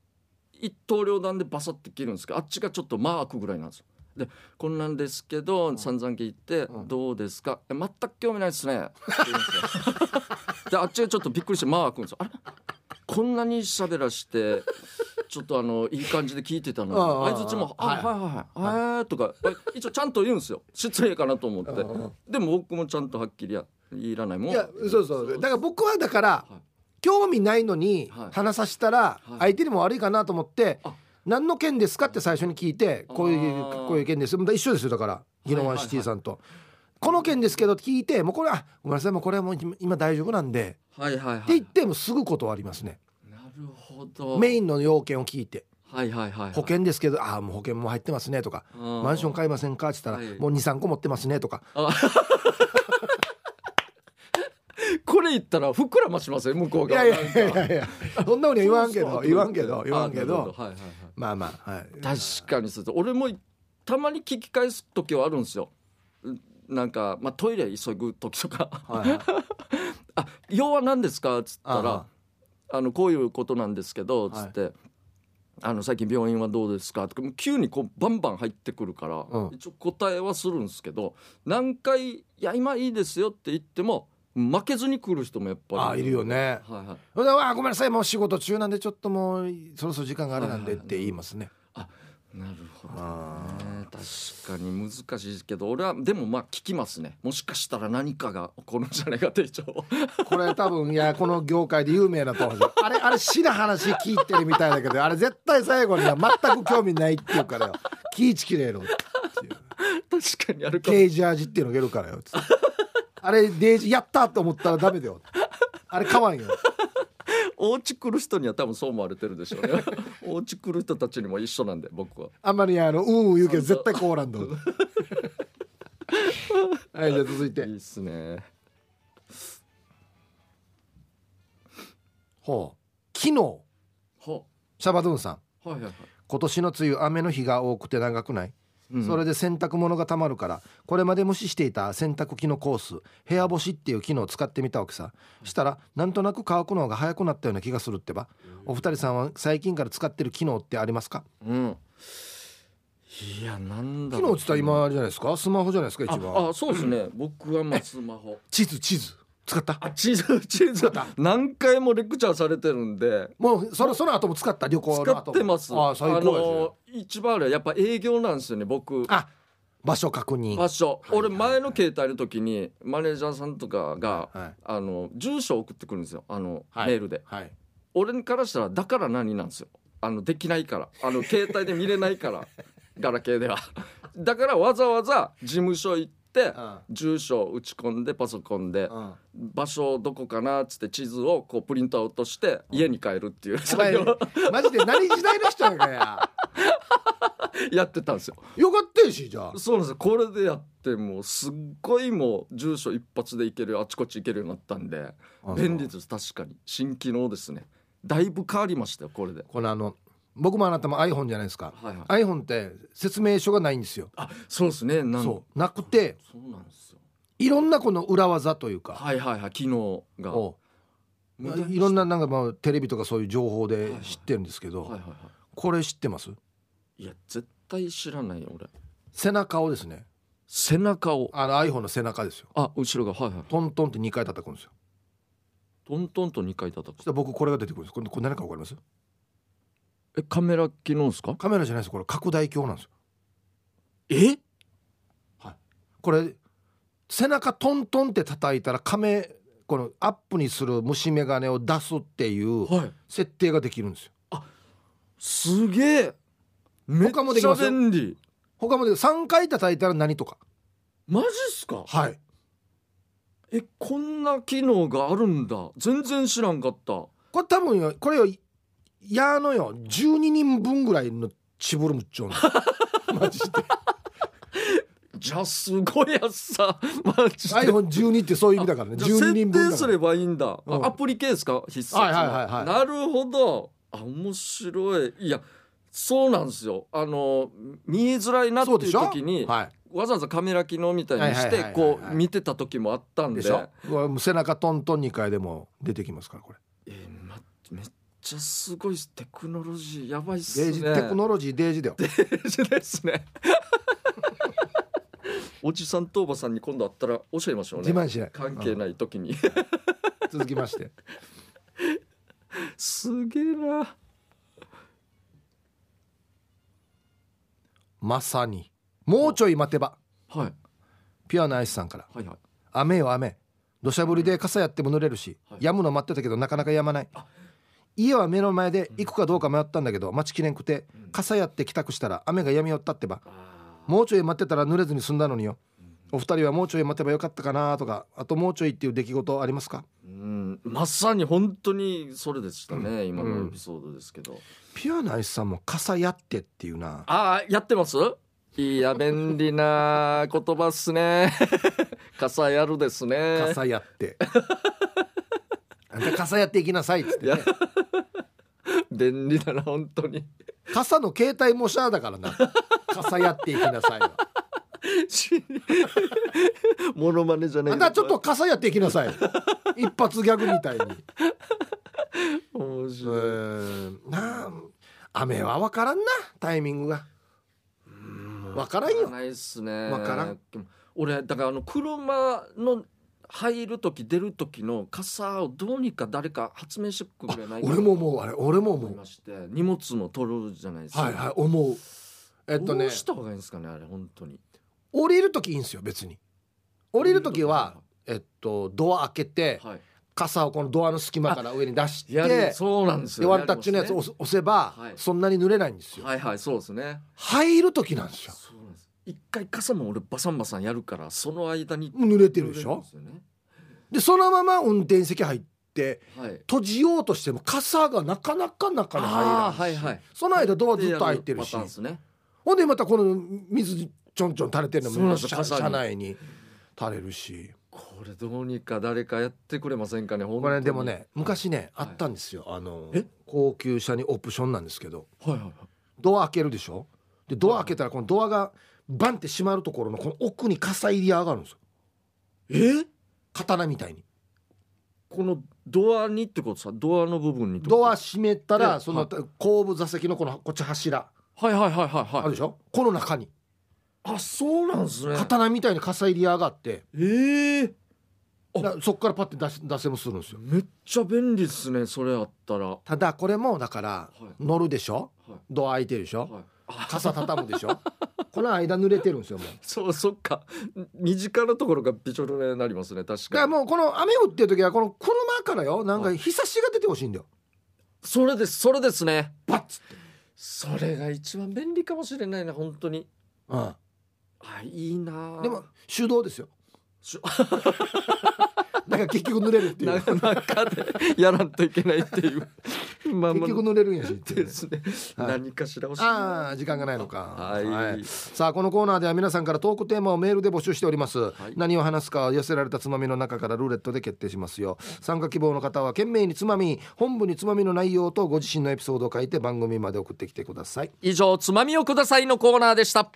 [SPEAKER 1] 一刀両断でバサッて切るんですけどあっちがちょっとマークぐらいなんですよでこんなんですけど、
[SPEAKER 2] ん
[SPEAKER 1] 散々聞いて、
[SPEAKER 2] うん
[SPEAKER 1] どうですかえ全く興味ないですねって言うんですよであっちがちょっとびっくりしてマークんですよあれこんなに喋らしてちょっとあのいい感じで聞いてたの
[SPEAKER 2] うんうんうん
[SPEAKER 1] に相づちも「あはいはいはい」えーとかえ一応ちゃんと言うんですよ失礼かなと思って
[SPEAKER 2] うんうん
[SPEAKER 1] でも僕もちゃんとはっきりやいらないもん
[SPEAKER 2] いやそうそうだから僕はだから
[SPEAKER 1] はい
[SPEAKER 2] 興味ないのに
[SPEAKER 1] はい
[SPEAKER 2] 話させたら
[SPEAKER 1] はい
[SPEAKER 2] 相手にも悪いかなと思って
[SPEAKER 1] あ
[SPEAKER 2] 何の件ですかって最初に聞いてこういう
[SPEAKER 1] あー
[SPEAKER 2] こういう件ですまた一緒ですよだからギノワンシティさんとこの件ですけどって聞いてもうこれはごめんなさいもうこれはもう今今大丈夫なんで
[SPEAKER 1] はいはい
[SPEAKER 2] っ
[SPEAKER 1] は
[SPEAKER 2] て
[SPEAKER 1] い
[SPEAKER 2] 言ってもうすぐ断りますね
[SPEAKER 1] なるほど
[SPEAKER 2] メインの要件を聞いて
[SPEAKER 1] はいはいはいはい
[SPEAKER 2] 保険ですけどああもう保険も入ってますねとかマンション買いませんか?」って言ったら
[SPEAKER 1] はい
[SPEAKER 2] 「もう23個持ってますね」とか
[SPEAKER 1] これ言ったら膨らましません向こう
[SPEAKER 2] 「い
[SPEAKER 1] が
[SPEAKER 2] やいやいやいやいやそんなふうには言わんけ
[SPEAKER 1] そう
[SPEAKER 2] ど
[SPEAKER 1] そう
[SPEAKER 2] 言わんけど言わんけ
[SPEAKER 1] あなる
[SPEAKER 2] ど
[SPEAKER 1] ほはいはいはい
[SPEAKER 2] まあま あはい
[SPEAKER 1] 確かにそうです俺もたまに聞き返す時はあるんですようんなんか、まあ、トイレ急ぐ時と か「
[SPEAKER 2] はいはい
[SPEAKER 1] あ要は何ですか?」っつったら
[SPEAKER 2] あ
[SPEAKER 1] あの「こういうことなんですけど」つって、あの「最近病院はどうですか?」とかもう急にこうバンバン入ってくるから、
[SPEAKER 2] うん
[SPEAKER 1] 一応答えはするんですけど何回「いや今いいですよ」って言っても負けずに来る人もやっ
[SPEAKER 2] あ
[SPEAKER 1] ぱ
[SPEAKER 2] あ
[SPEAKER 1] り
[SPEAKER 2] いるよね
[SPEAKER 1] はいはい、
[SPEAKER 2] それでああごめんなさいもう仕事中なんでちょっともうそろそろ時間があれなんで」って言いますね
[SPEAKER 1] なるほど
[SPEAKER 2] あ
[SPEAKER 1] ね確かに難しいけど俺はでもまあ聞きますねもしかしたら何かが起こるんじゃないかって一応
[SPEAKER 2] あこれ多分いやこの業界で有名なと思うあれあれ死な話聞いてるみたいだけどあれ絶対最後には全く興味ないっていうからよ気ぃちきれいろっていう
[SPEAKER 1] 確かにあるかも
[SPEAKER 2] ケージャージっていうのがいるからよ」つってあれデージやったと思ったらダメだよ」あれかわんよ
[SPEAKER 1] お家来る人には多分そう思われてるでしょ うねお家来る人たちにも一緒なんで僕は
[SPEAKER 2] あんまりあのうんうん言うけど絶対こうな んだはいじゃあ続い
[SPEAKER 1] い
[SPEAKER 2] て
[SPEAKER 1] いっすね
[SPEAKER 2] ほう昨日
[SPEAKER 1] は
[SPEAKER 2] シャバドゥンさん
[SPEAKER 1] はいはいはい
[SPEAKER 2] 今年の梅雨雨の日が多くて長くない
[SPEAKER 1] うん
[SPEAKER 2] それで洗濯物がたまるからこれまで無視していた洗濯機のコース部屋干しっていう機能を使ってみたわけさしたらなんとなく乾くのが早くなったような気がするってばお二人さんは最近から使ってる機能ってありますか
[SPEAKER 1] うんいやなんだ
[SPEAKER 2] 機
[SPEAKER 1] ろ
[SPEAKER 2] 能
[SPEAKER 1] う
[SPEAKER 2] っつったら今あれじゃないですかスマホじゃないですか一番
[SPEAKER 1] ああそうですね僕はまあスマホ
[SPEAKER 2] 地図地図使った
[SPEAKER 1] あ地図地図 何回もレクチャーされてるんで
[SPEAKER 2] もうそのその後も使った旅行の後
[SPEAKER 1] 使
[SPEAKER 2] も
[SPEAKER 1] ってます
[SPEAKER 2] ああ最高ですね
[SPEAKER 1] の一番あれはやっぱ営業なんですよね僕
[SPEAKER 2] あ場所確認
[SPEAKER 1] 場所俺前の携帯の時にマネージャーさんとかが
[SPEAKER 2] はい
[SPEAKER 1] あの住所送ってくるんですよあのメ
[SPEAKER 2] はい
[SPEAKER 1] ールで
[SPEAKER 2] はい
[SPEAKER 1] 俺からしたらだから何なんですよあのできないからあの携帯で見れないから ガラケーではだからわざわざ事務所行って
[SPEAKER 2] うん
[SPEAKER 1] 住所を打ち込んでパソコンで
[SPEAKER 2] うん
[SPEAKER 1] 場所どこかなっつって地図をこうプリントアウトして家に帰るっていう
[SPEAKER 2] お
[SPEAKER 1] 作
[SPEAKER 2] 前
[SPEAKER 1] 業を
[SPEAKER 2] マジで何時代の人やからや
[SPEAKER 1] やってたんですよ
[SPEAKER 2] よかったよしじゃあ
[SPEAKER 1] そうなんですよこれでやってもうすっごいもう住所一発で行けるあちこち行けるようになったんで便利です確かに新機能ですねだいぶ変わりましたよこれで
[SPEAKER 2] このあの僕もあなたも iPhone じゃないですか、
[SPEAKER 1] はいはい
[SPEAKER 2] iPhone って説明書がないんですよ
[SPEAKER 1] あそうですねなん
[SPEAKER 2] そうなくて
[SPEAKER 1] そうなんですよ
[SPEAKER 2] いろんなこの裏技というか、
[SPEAKER 1] はいはいはい機能が
[SPEAKER 2] を
[SPEAKER 1] 無駄に
[SPEAKER 2] いろんななんかまあテレビとかそういう情報で
[SPEAKER 1] はい
[SPEAKER 2] 知ってるんですけど、
[SPEAKER 1] はいはいは
[SPEAKER 2] これ知ってます
[SPEAKER 1] いいや絶対知らないよ俺
[SPEAKER 2] 背中をですね
[SPEAKER 1] 背中を
[SPEAKER 2] あの iPhone の背中ですよ
[SPEAKER 1] あ後ろがはいはい
[SPEAKER 2] トントンって2回叩くんですよ
[SPEAKER 1] トントンと2回叩
[SPEAKER 2] そし
[SPEAKER 1] く
[SPEAKER 2] たら僕これが出てくるんですこれこれ何か分かります
[SPEAKER 1] えカメラ機能ですか
[SPEAKER 2] カメラじゃないですこれ拡大鏡なんですよ
[SPEAKER 1] え
[SPEAKER 2] これ背中トントンって叩いたらカメこのアップにする虫眼鏡を出すっていう
[SPEAKER 1] はい
[SPEAKER 2] 設定ができるんですよ
[SPEAKER 1] すげえめっ
[SPEAKER 2] 他もでき
[SPEAKER 1] ちゃ
[SPEAKER 2] ますよ
[SPEAKER 1] 便利
[SPEAKER 2] 他もで3回叩いたら何とか
[SPEAKER 1] マジっすか
[SPEAKER 2] はい
[SPEAKER 1] えこんな機能があるんだ全然知らんかった
[SPEAKER 2] これ多分よこれよやーのよ12人分ぐらいのチブルムッチョ ンマジで
[SPEAKER 1] じゃあすごいやつさ マジで
[SPEAKER 2] iPhone12 ってそういう意味だからね
[SPEAKER 1] じゃあ
[SPEAKER 2] 12人
[SPEAKER 1] 設定
[SPEAKER 2] 分だ
[SPEAKER 1] す
[SPEAKER 2] から
[SPEAKER 1] ればいいんだ、あ
[SPEAKER 2] うん
[SPEAKER 1] アプリケースか必須、
[SPEAKER 2] はいはいはいはい
[SPEAKER 1] なるほどあ面白いいやそうなんですよあの見えづらいなって
[SPEAKER 2] そうで
[SPEAKER 1] いう
[SPEAKER 2] しょ
[SPEAKER 1] 時に、
[SPEAKER 2] は
[SPEAKER 1] わざわざカメラ機能みたいにし
[SPEAKER 2] はい
[SPEAKER 1] て
[SPEAKER 2] はいはいはいはい
[SPEAKER 1] こう見てた時もあったん
[SPEAKER 2] い
[SPEAKER 1] で
[SPEAKER 2] でしょうわもう背中トントン2回でも出てきますからこれ
[SPEAKER 1] えーま、めっちゃすごいっすテクノロジーやばいっす
[SPEAKER 2] デ
[SPEAKER 1] ね
[SPEAKER 2] ージテクノロジーデージだよ
[SPEAKER 1] デージです ねおじさんとおばさんに今度会ったら教えましょう
[SPEAKER 2] 自
[SPEAKER 1] ね
[SPEAKER 2] 慢しない
[SPEAKER 1] 関係
[SPEAKER 2] い
[SPEAKER 1] ない時に
[SPEAKER 2] 続きまして
[SPEAKER 1] すげえな
[SPEAKER 2] まさにもうちょい待てば
[SPEAKER 1] はい
[SPEAKER 2] ピュアなアイスさんから
[SPEAKER 1] はいはい
[SPEAKER 2] 雨よ雨土砂降りで傘やっても濡れるし、
[SPEAKER 1] はい
[SPEAKER 2] 止むの待ってたけどなかなか止まない
[SPEAKER 1] あ
[SPEAKER 2] 家は目の前で行くかどうか迷ったんだけど待ちきれんくて
[SPEAKER 1] うん
[SPEAKER 2] 傘やって帰宅したら雨が止みよったってば
[SPEAKER 1] あー
[SPEAKER 2] もうちょい待ってたら濡れずに済んだのによお二人はもうちょい待てばよかったかなとかあともうちょいっていう出来事ありますか
[SPEAKER 1] うん、まさに本当にそれでしたね、今
[SPEAKER 2] うん
[SPEAKER 1] のエピソードですけど、
[SPEAKER 2] ピュアナイスさんも傘やってっていうな
[SPEAKER 1] ああやってますいや便利な言葉っす ね傘やるですね
[SPEAKER 2] 傘やってあんた傘やっていきなさいっつって、ね
[SPEAKER 1] い、 便利だな本当 に
[SPEAKER 2] 傘の携帯模写だからな傘やっていきなさい は
[SPEAKER 1] しモノマネじゃない
[SPEAKER 2] あんたちょっと傘やっていきなさい 一発ギャグみたいに
[SPEAKER 1] 面
[SPEAKER 2] う
[SPEAKER 1] 白い
[SPEAKER 2] ーんなあ雨は分からんなタイミングが分からん
[SPEAKER 1] わ
[SPEAKER 2] よ
[SPEAKER 1] ないっすね
[SPEAKER 2] わからん
[SPEAKER 1] 俺だからあの車の入る時出る時の傘をどうにか誰か発明してくれないか
[SPEAKER 2] 俺ももうあれ俺もも
[SPEAKER 1] 思いうまして荷物も取るじゃないですか
[SPEAKER 2] はいはい思うえっと
[SPEAKER 1] ど
[SPEAKER 2] ね
[SPEAKER 1] うした方がいいんですかねあれ本当に
[SPEAKER 2] 降りる時いいんですよ別に降りる時はえっとドア開けて
[SPEAKER 1] はい
[SPEAKER 2] 傘をこのドアの隙間から上に出して
[SPEAKER 1] やりそうなんです
[SPEAKER 2] で
[SPEAKER 1] よ
[SPEAKER 2] ワンタッチのやつ
[SPEAKER 1] やり
[SPEAKER 2] を
[SPEAKER 1] ます
[SPEAKER 2] 押す押せば
[SPEAKER 1] はい
[SPEAKER 2] そんなに濡れないんです
[SPEAKER 1] ね
[SPEAKER 2] よ
[SPEAKER 1] はいはいそうですね
[SPEAKER 2] 入る時なんですよ
[SPEAKER 1] そうなんです一回傘も俺バサンバサンやるからその間に
[SPEAKER 2] もう濡れてるでしょ
[SPEAKER 1] 濡れるんです
[SPEAKER 2] でそのまま運転席入って
[SPEAKER 1] よねはい
[SPEAKER 2] 閉じようとしても傘がなかなか中に入らんし、
[SPEAKER 1] あーはいはい
[SPEAKER 2] その間ドアずっと開いてる
[SPEAKER 1] で
[SPEAKER 2] し
[SPEAKER 1] やパターンですね
[SPEAKER 2] ほんでまたこの水ちょんちょん垂れてるの
[SPEAKER 1] そうなん
[SPEAKER 2] も
[SPEAKER 1] ですよ
[SPEAKER 2] 車
[SPEAKER 1] 傘に
[SPEAKER 2] 車内に垂れるし
[SPEAKER 1] これどうにか誰かやってくれませんかね本
[SPEAKER 2] こ
[SPEAKER 1] 当
[SPEAKER 2] れ
[SPEAKER 1] に
[SPEAKER 2] でもね昔ねあ
[SPEAKER 1] はい
[SPEAKER 2] ったんですよあの
[SPEAKER 1] え
[SPEAKER 2] 高級車にオプションなんですけど
[SPEAKER 1] はいはいはい
[SPEAKER 2] ドア開けるでしょでドア開けたらこのドアがバンって閉まるところのこの奥に傘入り上がるんですよ
[SPEAKER 1] え
[SPEAKER 2] 刀みたいに
[SPEAKER 1] このドアにってことさドアの部分にってこと
[SPEAKER 2] ドア閉めた
[SPEAKER 1] え
[SPEAKER 2] らその
[SPEAKER 1] は
[SPEAKER 2] 後部座席のこのこっち柱
[SPEAKER 1] はいはいはいはい
[SPEAKER 2] ある
[SPEAKER 1] はい
[SPEAKER 2] でしょこの中に
[SPEAKER 1] あそうなんですね
[SPEAKER 2] 刀みたいに傘入り上がって
[SPEAKER 1] ええあ
[SPEAKER 2] だそっからパッて出し出せもするんですよ
[SPEAKER 1] めっちゃ便利ですねそれあったらは
[SPEAKER 2] ただこれもだから
[SPEAKER 1] い
[SPEAKER 2] 乗るでしょ
[SPEAKER 1] はい
[SPEAKER 2] ドア開いてるでしょ
[SPEAKER 1] はいあ
[SPEAKER 2] 傘畳む でしょこの間濡れてるんですよもう
[SPEAKER 1] そうそっか身近なところがびちょ濡れになりますね確
[SPEAKER 2] だか
[SPEAKER 1] からに
[SPEAKER 2] もうこの雨降ってる時はこの車からよなんか日差しが出てほしいんだよ
[SPEAKER 1] それですそれですね
[SPEAKER 2] バッツって、
[SPEAKER 1] それが一番便利かもしれないな本当に
[SPEAKER 2] うん
[SPEAKER 1] あいいなあ
[SPEAKER 2] でも手動ですよ
[SPEAKER 1] しょ
[SPEAKER 2] だから結局濡れるってい
[SPEAKER 1] な
[SPEAKER 2] う
[SPEAKER 1] 中でやらんといけないって いうまあ
[SPEAKER 2] 結
[SPEAKER 1] ま
[SPEAKER 2] 局
[SPEAKER 1] あ
[SPEAKER 2] 濡れるんやしっていう
[SPEAKER 1] で
[SPEAKER 2] ね
[SPEAKER 1] すね、
[SPEAKER 2] はい
[SPEAKER 1] 何かしら欲しい
[SPEAKER 2] ああ時間がないのか
[SPEAKER 1] はい、
[SPEAKER 2] さあこのコーナーでは皆さんからトークテーマをメールで募集しております、
[SPEAKER 1] い
[SPEAKER 2] 何を話すかは寄せられたつまみの中からルーレットで決定しますよ参加希望の方は懸命につまみ本部につまみの内容とご自身のエピソードを書いて番組まで送ってきてください
[SPEAKER 1] 以上つまみをくださいのコーナーでした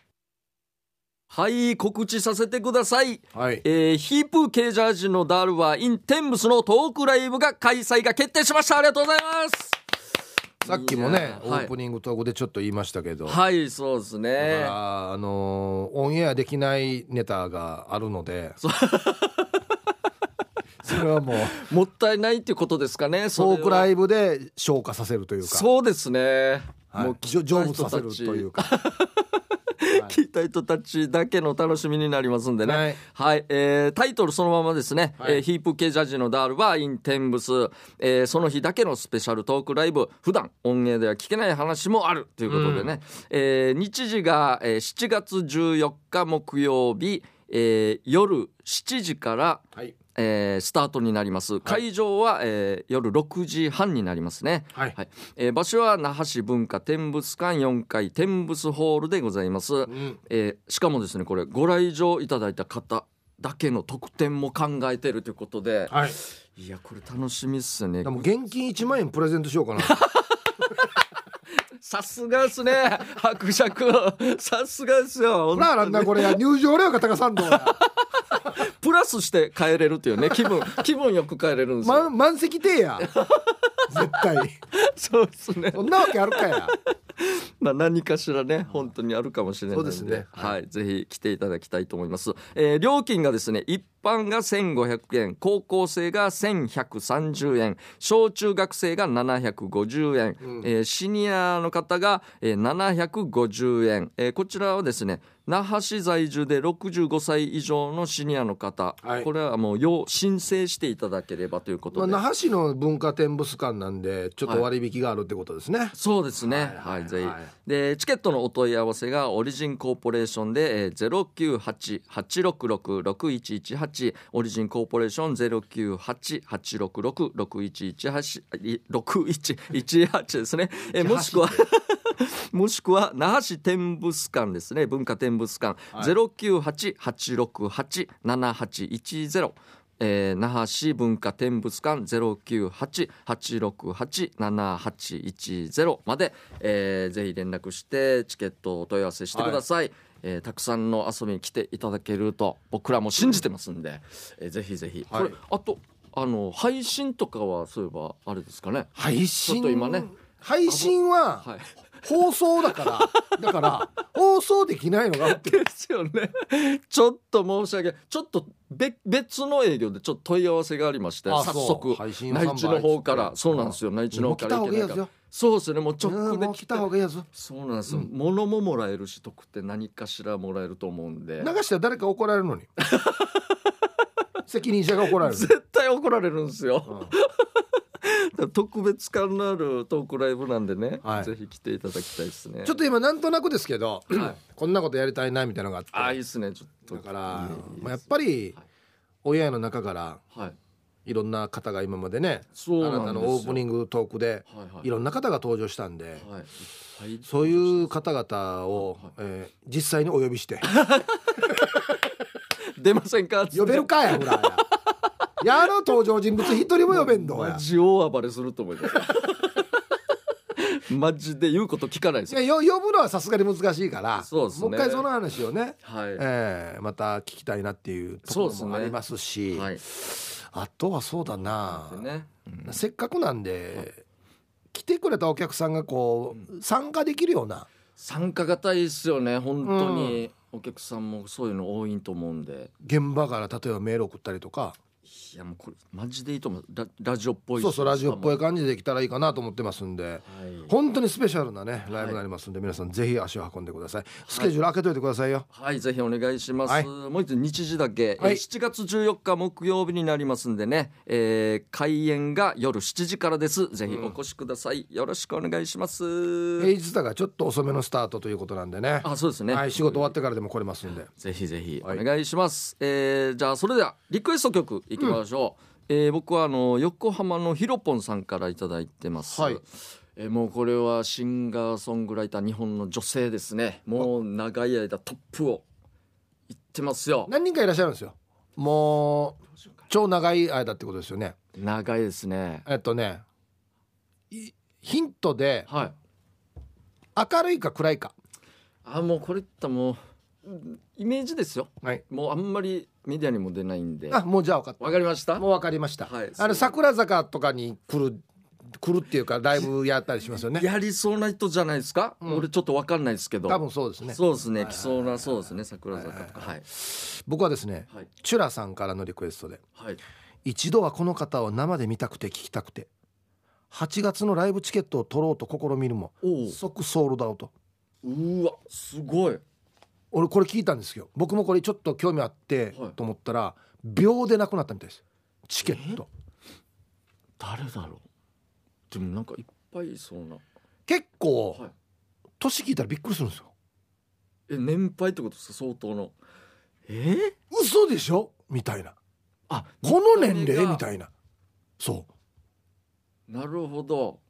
[SPEAKER 1] はい告知させてください
[SPEAKER 2] はい
[SPEAKER 1] えーヒープーケージャージのダルはインテンブスのトークライブが開催が決定しましたありがとうございます
[SPEAKER 2] さっきもねオープ
[SPEAKER 1] ニ
[SPEAKER 2] ニングトークでちょっと言いましたけど、
[SPEAKER 1] はい、はい、そうです
[SPEAKER 2] だか
[SPEAKER 1] ね
[SPEAKER 2] らあのーオンエアできないネタがあるので それはもう
[SPEAKER 1] もったいないっていうことですかね
[SPEAKER 2] トークラ
[SPEAKER 1] イ
[SPEAKER 2] イブで消化させるというか
[SPEAKER 1] そうですね、
[SPEAKER 2] はい
[SPEAKER 1] もう
[SPEAKER 2] じょ成仏させるというか
[SPEAKER 1] 聞いた人たちだけの楽しみになりますんでね。は
[SPEAKER 2] はいい、
[SPEAKER 1] えータイトルそのままですね。
[SPEAKER 2] はい
[SPEAKER 1] えーヒープ系ジャージのダールはインテンブス、えーその日だけのスペシャルトークライブ。普段音源では聞けない話もあるということでね。えー日時が、えー7月14日木曜日、えー夜7時から。
[SPEAKER 2] はい
[SPEAKER 1] えースタートになります会場は、えー夜6時半になりますね、
[SPEAKER 2] はい
[SPEAKER 1] えー場所は那覇市文化天物館4階天物ホールでございます、
[SPEAKER 2] うん
[SPEAKER 1] えーしかもですねこれご来場いただいた方だけの特典も考えてるということで
[SPEAKER 2] はい
[SPEAKER 1] いやこれ楽しみっすね
[SPEAKER 2] でも現金1万円プレゼントしようかな
[SPEAKER 1] さすがっすね伯爵さすがですよ
[SPEAKER 2] ほらなんだこれ入場料が高さんの
[SPEAKER 1] プラスして帰れるっていうね気分気分よく帰れるんですよ、
[SPEAKER 2] 満満席てや絶対
[SPEAKER 1] そうですね
[SPEAKER 2] そんなわけあるかや
[SPEAKER 1] まあ、何かしらね本当にあるかもしれないので
[SPEAKER 2] そうですね
[SPEAKER 1] はい
[SPEAKER 2] は
[SPEAKER 1] ぜひ来ていただきたいと思います、えー料金がですね一般が1500円高校生が1130円小中学生が750円、えーシニアの方が、えー750円、えーこちらはですね那覇市在住で65歳以上のシニアの方、
[SPEAKER 2] はい
[SPEAKER 1] これはもう要申請していただければということ
[SPEAKER 2] まあ
[SPEAKER 1] で、
[SPEAKER 2] 那覇市の文化展物館なんでちょっと割引があるってことですね、
[SPEAKER 1] そうですね。は
[SPEAKER 2] はいい、はい
[SPEAKER 1] ぜひ、
[SPEAKER 2] はい
[SPEAKER 1] で、チケットのお問い合わせがオリジンコーポレーションで、えー、ゼロ九八八六六六一一八。オリジンコーポレーションゼロ九八八六六六一一八。六一一八ですね。えーもしくは。もしくは那覇市天物館ですね文化展物館ゼロ九八八六八七八一ゼえー那覇市文化展物館ゼロ九八八六八七八一ゼまで、えーぜひ連絡してチケットをお問い合わせしてください。えーたくさんの遊びに来ていただけると僕らも信じてますんで、えーぜひぜひ、
[SPEAKER 2] はい
[SPEAKER 1] これあとあの配信とかはそういえばあれですかね
[SPEAKER 2] 配
[SPEAKER 1] ちょ
[SPEAKER 2] 信
[SPEAKER 1] っと今ね
[SPEAKER 2] 配信は
[SPEAKER 1] はい
[SPEAKER 2] 放送だから だから放送できないのがあって
[SPEAKER 1] ですよね。ちょっと申し訳ない。ちょっと別別の営業でちょっと問い合わせがありまして、
[SPEAKER 2] あ
[SPEAKER 1] 早
[SPEAKER 2] そう
[SPEAKER 1] 速
[SPEAKER 2] 配信販売
[SPEAKER 1] 内地の方から、そうなんですよ。内地の
[SPEAKER 2] も
[SPEAKER 1] 方か
[SPEAKER 2] う来
[SPEAKER 1] ら
[SPEAKER 2] た
[SPEAKER 1] い
[SPEAKER 2] 方
[SPEAKER 1] け
[SPEAKER 2] がい
[SPEAKER 1] ないいから
[SPEAKER 2] やつよ。
[SPEAKER 1] そうですね。もう直
[SPEAKER 2] うん
[SPEAKER 1] で
[SPEAKER 2] もう
[SPEAKER 1] 来
[SPEAKER 2] 来
[SPEAKER 1] て
[SPEAKER 2] た。方がいいやつ
[SPEAKER 1] そうなんですよ。物ももらえるし、特典何かしらもらえると思うんで。
[SPEAKER 2] 流したら誰か怒られるのに責任者が怒られ る
[SPEAKER 1] 絶対怒られるんです よ、特別感のあるトークライブなんでね、
[SPEAKER 2] はい
[SPEAKER 1] ぜひ来ていただきたいですね
[SPEAKER 2] ちょっと今なんとなくですけど、 こんなことやりたいなみたいなのがあって
[SPEAKER 1] ああいいですねちょっと
[SPEAKER 2] だから、まあ、やっぱり親の中から
[SPEAKER 1] はい
[SPEAKER 2] いろんな方が今までね
[SPEAKER 1] そうなんですよ
[SPEAKER 2] あなたのオープニングトークで
[SPEAKER 1] はいはい
[SPEAKER 2] いろんな方が登場したんで、
[SPEAKER 1] はいいっぱい
[SPEAKER 2] そういう方々を、えー実際にお呼びして
[SPEAKER 1] 出ませんか
[SPEAKER 2] 呼べるかやほらやの登場人物一人も呼べんの
[SPEAKER 1] マ
[SPEAKER 2] や
[SPEAKER 1] ジ大暴れすると思います。 マジで言うこと聞かないですよ
[SPEAKER 2] いやよ呼ぶのはさすがに難しいから
[SPEAKER 1] そうですね
[SPEAKER 2] もう一回その話をね、
[SPEAKER 1] はい、
[SPEAKER 2] えーまた聞きたいなっていうところもありますし
[SPEAKER 1] はい
[SPEAKER 2] あとはそうだな、
[SPEAKER 1] でね
[SPEAKER 2] せっかくなんで来てくれたお客さんがこう参加できるような
[SPEAKER 1] 参加型いいっすよね本当に、お客さんもそういうの多いと思うんで
[SPEAKER 2] 現場から例えばメール送ったりとか
[SPEAKER 1] いやもうこれマジでいいと思うララジオっぽいし
[SPEAKER 2] そうそうラジオっぽい
[SPEAKER 1] し
[SPEAKER 2] 感じできたらいいかなと思ってますんで
[SPEAKER 1] かもはい、
[SPEAKER 2] 本当にスペシャルなねライブになりますんで皆さんぜひ足を運んでくださいスケジュール開けといてくださいよ
[SPEAKER 1] はい、ぜひお願いします。
[SPEAKER 2] はい
[SPEAKER 1] もう一つ日時だけ、
[SPEAKER 2] は
[SPEAKER 1] えー
[SPEAKER 2] い
[SPEAKER 1] 7月14日木曜日になりますんでね、えー開演が夜7時からです。ぜひお越しください。よろしくお願いします。
[SPEAKER 2] 平日だがちょっと遅めのスタートということなんでね
[SPEAKER 1] あ、そうですね。
[SPEAKER 2] はい仕事終わってからでも来れますんで
[SPEAKER 1] ぜひぜひお
[SPEAKER 2] はい
[SPEAKER 1] 願いします。えーじゃあそれではリクエスト曲いきましょう。えー僕はあの横浜のひろぽんさんからいただいてます。
[SPEAKER 2] はい
[SPEAKER 1] えーもうこれはシンガーソングライター日本の女性ですね。もう長い間トップをいってますよ。
[SPEAKER 2] 何人かいらっしゃるんですよもう超長い間ってことですよね
[SPEAKER 1] 長いですね。
[SPEAKER 2] えっとねいヒントで
[SPEAKER 1] はい。
[SPEAKER 2] 明るいか暗いか
[SPEAKER 1] あもうこれいったらもううんイメージですよ。
[SPEAKER 2] はい
[SPEAKER 1] もうあんまりメディアにも出ないんで。
[SPEAKER 2] あもうじゃあ分かっ
[SPEAKER 1] わかりました
[SPEAKER 2] た。もう分かりました、
[SPEAKER 1] はい
[SPEAKER 2] あ
[SPEAKER 1] そう
[SPEAKER 2] の桜坂とかに来る来るっていうかライブやったりしますよね
[SPEAKER 1] やりそうな人じゃないですか。俺ちょっとわかんないですけど。
[SPEAKER 2] 多分そうですね
[SPEAKER 1] そうですね。来そうなそうですね。桜坂とか。はい。
[SPEAKER 2] 僕はですね、
[SPEAKER 1] はい。
[SPEAKER 2] チュラさんからのリクエストで
[SPEAKER 1] はい。
[SPEAKER 2] 一度はこの方を生で見たくて聞きたくて8月のライブチケットを取ろうと試みるも
[SPEAKER 1] おう
[SPEAKER 2] 即ソールドアウト
[SPEAKER 1] うわ、すごい。
[SPEAKER 2] 俺これ聞いたんですよ僕もこれちょっと興味あって
[SPEAKER 1] はい
[SPEAKER 2] と思ったら、秒でなくなったみたいですチケット
[SPEAKER 1] 誰だろう。でもなんかいっぱいいそうな。
[SPEAKER 2] 結構、
[SPEAKER 1] はい
[SPEAKER 2] 年聞いたらびっくりするんですよ
[SPEAKER 1] え、年配ってことですか。相当の。えー
[SPEAKER 2] 嘘でしょみたいな
[SPEAKER 1] あ、
[SPEAKER 2] この年
[SPEAKER 1] 見た目
[SPEAKER 2] 齢
[SPEAKER 1] が
[SPEAKER 2] みたいなそう
[SPEAKER 1] なるほど。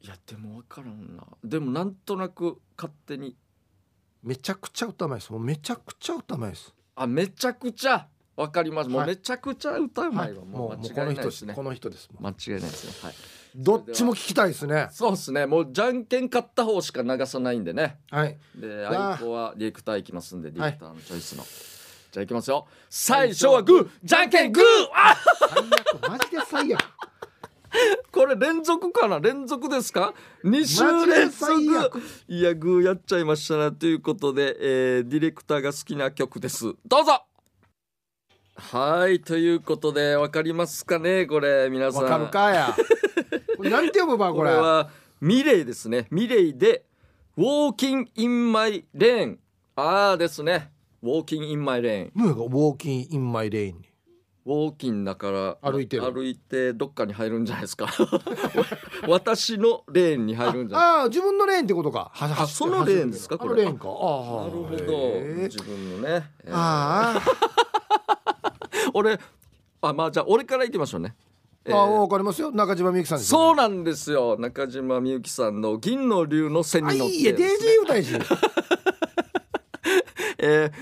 [SPEAKER 1] いやでもわからんな。でもなんとなく勝手に。
[SPEAKER 2] めちゃくちゃ歌うまいですもうめちゃくちゃ歌うまいです
[SPEAKER 1] あめちゃくちゃわかります。もう
[SPEAKER 2] はい
[SPEAKER 1] めちゃくちゃ歌うまいわ。
[SPEAKER 2] も
[SPEAKER 1] も
[SPEAKER 2] う
[SPEAKER 1] う
[SPEAKER 2] もう
[SPEAKER 1] 間
[SPEAKER 2] こ
[SPEAKER 1] 違
[SPEAKER 2] の
[SPEAKER 1] いないで
[SPEAKER 2] 人ですす
[SPEAKER 1] ね。
[SPEAKER 2] この人ですもう
[SPEAKER 1] 間違いないですね。はい。
[SPEAKER 2] どっちも聞きたいですね
[SPEAKER 1] そうですね。もうじゃんけん勝った方しか流さないんでね。
[SPEAKER 2] はい
[SPEAKER 1] で、
[SPEAKER 2] わあ
[SPEAKER 1] アイコはディレクターいきますんで、ディ
[SPEAKER 2] はい
[SPEAKER 1] レクターのチョイスの。じゃあいきますよ。最初はグー、じゃんけんグー。あ、
[SPEAKER 2] 最悪マジで最悪
[SPEAKER 1] これ連続かな。連続ですか。二週
[SPEAKER 2] マジ
[SPEAKER 1] 連続
[SPEAKER 2] で最悪。
[SPEAKER 1] いや、グーやっちゃいましたなということで、えーディレクターが好きな曲です。どうぞ。はい、ということで、わかりますかね、これ、皆さん。
[SPEAKER 2] わかるかやこれなんて読むば
[SPEAKER 1] こ
[SPEAKER 2] こ
[SPEAKER 1] れ
[SPEAKER 2] れ
[SPEAKER 1] はミレイですねミレイで「Walking in my lane」ああですね「Walking in my lane
[SPEAKER 2] ムーがウォーキンインマイレインに」
[SPEAKER 1] Walking だから
[SPEAKER 2] 歩いてる
[SPEAKER 1] 歩いてどっかに入るんじゃないですか 私のレーンに入るんじゃない
[SPEAKER 2] ああ自分のレーンってことかは走って
[SPEAKER 1] そのレーンですか
[SPEAKER 2] 走っ
[SPEAKER 1] こ
[SPEAKER 2] て
[SPEAKER 1] れ
[SPEAKER 2] るあのレーンか
[SPEAKER 1] な
[SPEAKER 2] あ
[SPEAKER 1] るほど
[SPEAKER 2] あへえ
[SPEAKER 1] 自分のね、えー
[SPEAKER 2] あー
[SPEAKER 1] 俺あまあじゃあ俺からいきましょうね、えー
[SPEAKER 2] あーわかりますよ中島みゆきさんですよ
[SPEAKER 1] そうなんですよ中島みゆきさんの「銀の竜の背
[SPEAKER 2] あ
[SPEAKER 1] に
[SPEAKER 2] い
[SPEAKER 1] 乗って
[SPEAKER 2] いえ
[SPEAKER 1] ですね」
[SPEAKER 2] デイジー歌いし
[SPEAKER 1] えー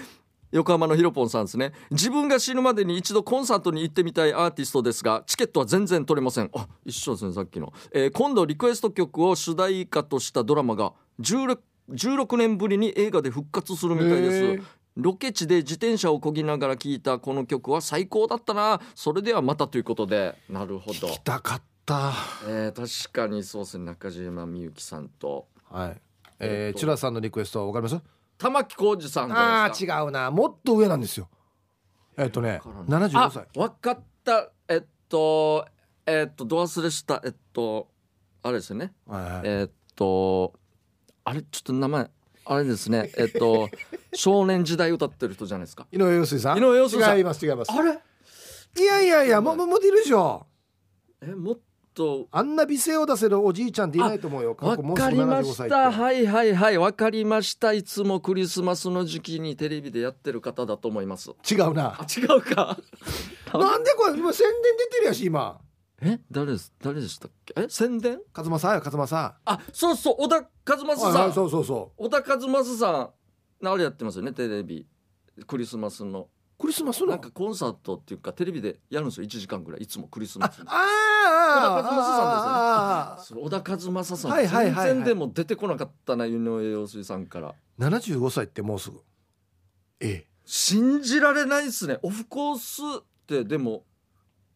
[SPEAKER 1] 横浜のヒロポンさんですね自分が死ぬまでに一度コンサートに行ってみたいアーティストですがチケットは全然取れませんあ一緒ですねさっきの、えー今度リクエスト曲を主題歌としたドラマが 16, 16年ぶりに映画で復活するみたいです、
[SPEAKER 2] へー
[SPEAKER 1] ロケ地で自転車をこぎながら聴いたこの曲は最高だったなそれではまたということでなるほど、
[SPEAKER 2] たかった
[SPEAKER 1] えー確かにそうですね中島みゆきさんと
[SPEAKER 2] はいえー、チュラさんのリクエストはわかります
[SPEAKER 1] 玉置浩二さんじゃない
[SPEAKER 2] あ
[SPEAKER 1] ですか
[SPEAKER 2] あー違うなもっと上なんですよえっとね75歳
[SPEAKER 1] あわかったえっとえっとど忘れしたえっとあれですよね
[SPEAKER 2] はい
[SPEAKER 1] えっとあれちょっと名前あれです ねえっと少年時代歌ってる人じゃないですか
[SPEAKER 2] 井上陽水さん
[SPEAKER 1] 井上陽水さん
[SPEAKER 2] 違います違います
[SPEAKER 1] あれ
[SPEAKER 2] いやいやいやもももてるでしょ
[SPEAKER 1] えもっと
[SPEAKER 2] あんな美声を出せるおじいちゃんっていないと思うよ
[SPEAKER 1] わ
[SPEAKER 2] 過去もうす
[SPEAKER 1] か
[SPEAKER 2] ぐ
[SPEAKER 1] りま
[SPEAKER 2] 75
[SPEAKER 1] し
[SPEAKER 2] 歳って
[SPEAKER 1] たはいはいはいわかりましたいつもクリスマスの時期にテレビでやってる方だと思います
[SPEAKER 2] 違うな
[SPEAKER 1] あ違うか
[SPEAKER 2] なんでこれ今宣伝出てるやし今
[SPEAKER 1] え誰です誰でしたっけえ宣伝
[SPEAKER 2] 勝間さんや勝間さ
[SPEAKER 1] あそうそう小田和正
[SPEAKER 2] んはい
[SPEAKER 1] さ
[SPEAKER 2] は
[SPEAKER 1] ん
[SPEAKER 2] いそうそうそ
[SPEAKER 1] 小田和正さんあれやってますよねテレビクリスマスの
[SPEAKER 2] クリスマス
[SPEAKER 1] な
[SPEAKER 2] なん
[SPEAKER 1] かコンサートっていうかテレビでやるんですよ1時間ぐらいいつもクリスマスに
[SPEAKER 2] あああああああ
[SPEAKER 1] その小田和正さん、
[SPEAKER 2] はいはいはいはい
[SPEAKER 1] 全然でも出てこなかったな井上陽水さんから
[SPEAKER 2] 75歳ってもうすぐええ
[SPEAKER 1] 信じられないですねオフコースってでも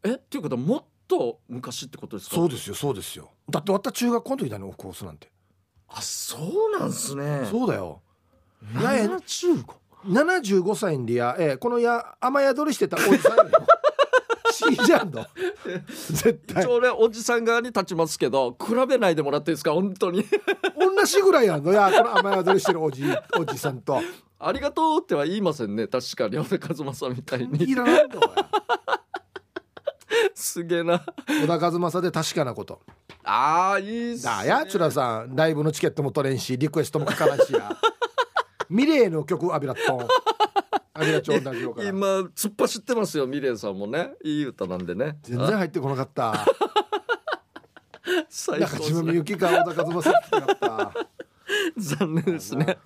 [SPEAKER 1] えっていうことはもっと昔ってことですか
[SPEAKER 2] そうですよそうですよだって終わった中学校の時だねオフコースなんて、
[SPEAKER 1] あそうなんですね
[SPEAKER 2] そうだよやえ
[SPEAKER 1] 75
[SPEAKER 2] 75歳にや、ええ、このや雨宿りしてたお じさんよ死んじゃうの絶対
[SPEAKER 1] 一応俺おじさん側に立ちますけど比べないでもらっていいですか本当に
[SPEAKER 2] 同じぐらいやんのやこの雨宿りしてるおじおじさんと
[SPEAKER 1] ありがとうっては言いませんね確かに小田和正みたいに
[SPEAKER 2] いらないんだよ
[SPEAKER 1] すげえな
[SPEAKER 2] 小田和正で確かなこと
[SPEAKER 1] あーいいっすね
[SPEAKER 2] だやちゅらさんライブのチケットも取れんしリクエストもかからんしやミレーの曲アビラットンアビラ町ラジオから
[SPEAKER 1] 今突っ走ってますよミレイさんもねいい歌なんでね
[SPEAKER 2] 全然入ってこなかった
[SPEAKER 1] あ最
[SPEAKER 2] 中
[SPEAKER 1] 高です
[SPEAKER 2] 島
[SPEAKER 1] ね
[SPEAKER 2] みゆきか小田和正聞きたかっ
[SPEAKER 1] 残念ですね。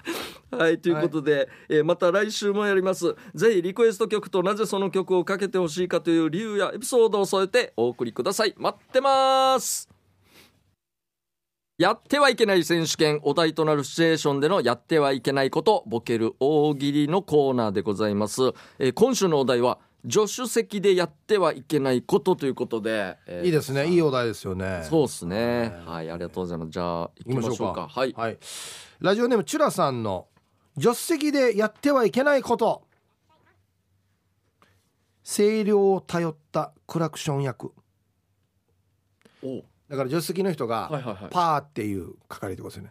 [SPEAKER 1] はいということで、えーまた来週もやります。ぜひリクエスト曲となぜその曲をかけてほしいかという理由やエピソードを添えてお送りください。待ってます。やってはいけない選手権お題となるシチュエーションでのやってはいけないことボケる大喜利のコーナーでございます、えー今週のお題は助手席でやってはいけないことということで、えー
[SPEAKER 2] たいいですねいいお題ですよね
[SPEAKER 1] そうですねはいありがとうございますじゃあ行きましょうかはい
[SPEAKER 2] はい、ラジオネームチュラさんの助手席でやってはいけないこと声量を頼ったクラクション役
[SPEAKER 1] お
[SPEAKER 2] だから助手席の人が
[SPEAKER 1] はいはいはい
[SPEAKER 2] パーっていう係ってことですよね、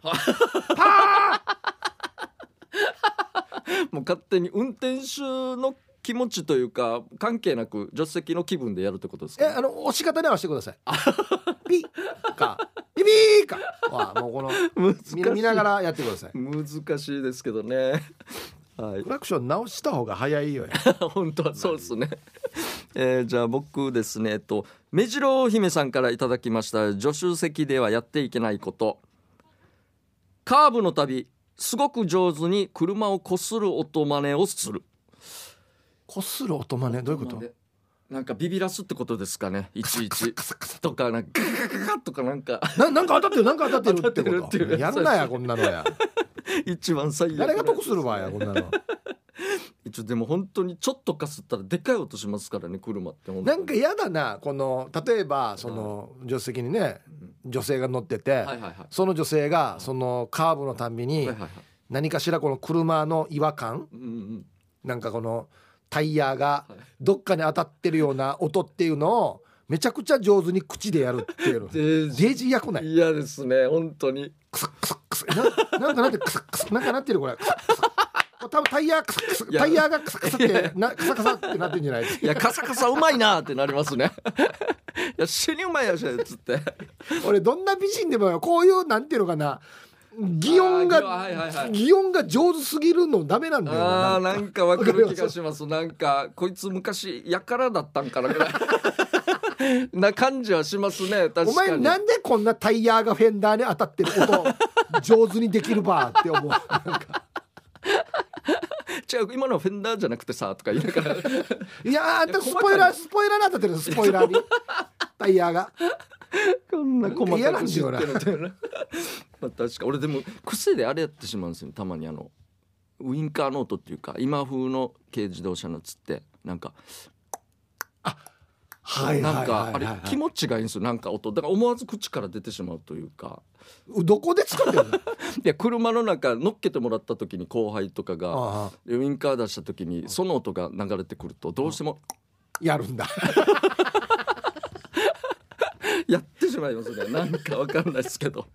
[SPEAKER 1] もう勝手に運転手の気持ちというか関係なく助手席の気分でやるってことです
[SPEAKER 2] えあ
[SPEAKER 1] か、
[SPEAKER 2] の押し方に合わせてくださいピッかピピーかはもうこの
[SPEAKER 1] 難しい
[SPEAKER 2] 見見ながらやってください
[SPEAKER 1] 難しいですけどねはい
[SPEAKER 2] クラクション直した方が早いよや
[SPEAKER 1] 本当はそうですね、えーじゃあ僕ですねえっと目白姫さんからいただきました助手席ではやっていけないことカーブの度すごく上手に車をこする音真似をする
[SPEAKER 2] こする音真似どういうこと
[SPEAKER 1] なんかビビらすってことですかねいちいち
[SPEAKER 2] カサカサ
[SPEAKER 1] とかなんかガガガガとかなんか
[SPEAKER 2] ななんか当たってるなんか当たってるってこ
[SPEAKER 1] 当たっ
[SPEAKER 2] と
[SPEAKER 1] てるっていう
[SPEAKER 2] やるなやこんなのや
[SPEAKER 1] 一番最悪なやつ
[SPEAKER 2] 誰が得する場合やこんなの
[SPEAKER 1] 一応でも本当にちょっとかすったらでかい音しますからね車って本当
[SPEAKER 2] な
[SPEAKER 1] に
[SPEAKER 2] んか嫌だなこの例えばその助手席にね女性が乗ってて、
[SPEAKER 1] はいはいは
[SPEAKER 2] その女性がそのカーブのたんび
[SPEAKER 1] い
[SPEAKER 2] に
[SPEAKER 1] はいはいはい
[SPEAKER 2] 何かしらこの車の違和感
[SPEAKER 1] うんうん
[SPEAKER 2] なんかこのタイヤが
[SPEAKER 1] はい
[SPEAKER 2] どっかに当たってるような音っていうのをめちゃくちゃ上手に口でやるっていうのデ
[SPEAKER 1] で
[SPEAKER 2] ージーやくない
[SPEAKER 1] 嫌ですね本当に
[SPEAKER 2] クスクスクスななんかなってクスクスなんかなってるこれクスクスこれ多分タイヤクスクス
[SPEAKER 1] いや
[SPEAKER 2] タイヤがクスクスってなクサクサってなってんじゃないです
[SPEAKER 1] い
[SPEAKER 2] か
[SPEAKER 1] やカサカサうまいなってなりますね いや死にうまいやしっつって
[SPEAKER 2] 俺どんな美人でもよこういうなんていうのかな擬音
[SPEAKER 1] あー擬音はいはいは
[SPEAKER 2] が
[SPEAKER 1] い
[SPEAKER 2] 擬音が上手すぎるのダメなんだよ
[SPEAKER 1] あー
[SPEAKER 2] な
[SPEAKER 1] なんかわかる気がしますなんかこいつ昔やからだったんかなぐらい な感じはしますね確かに
[SPEAKER 2] お前なんでこんなタイヤがフェンダーに当たってる 音上手にできるばーって思うなんか
[SPEAKER 1] 違う今のはフェンダーじゃなくてさとか言いながら
[SPEAKER 2] いやーあんたスポイラースポイラーに当たってるスポイラ ーにタイヤが
[SPEAKER 1] こんな細
[SPEAKER 2] 嫌
[SPEAKER 1] か
[SPEAKER 2] なん
[SPEAKER 1] く
[SPEAKER 2] だ
[SPEAKER 1] 知って
[SPEAKER 2] よな
[SPEAKER 1] るみたいな まあ確か俺でも癖であれやってしまうんですよたまにあのウインカーノートっていうか今風の軽自動車のやつってなんか
[SPEAKER 2] はいはい
[SPEAKER 1] なんか
[SPEAKER 2] は
[SPEAKER 1] あ
[SPEAKER 2] い
[SPEAKER 1] れ
[SPEAKER 2] はい
[SPEAKER 1] 気持ちがいいんですよなんか音だから思わず口から出てしまうというか
[SPEAKER 2] どこで使って るの
[SPEAKER 1] いや車の中乗っけてもらった時に後輩とかが
[SPEAKER 2] ああ
[SPEAKER 1] ウインカー出した時にその音が流れてくるとどうしても
[SPEAKER 2] やるんだ
[SPEAKER 1] やってしまいますねなんかわかんないですけど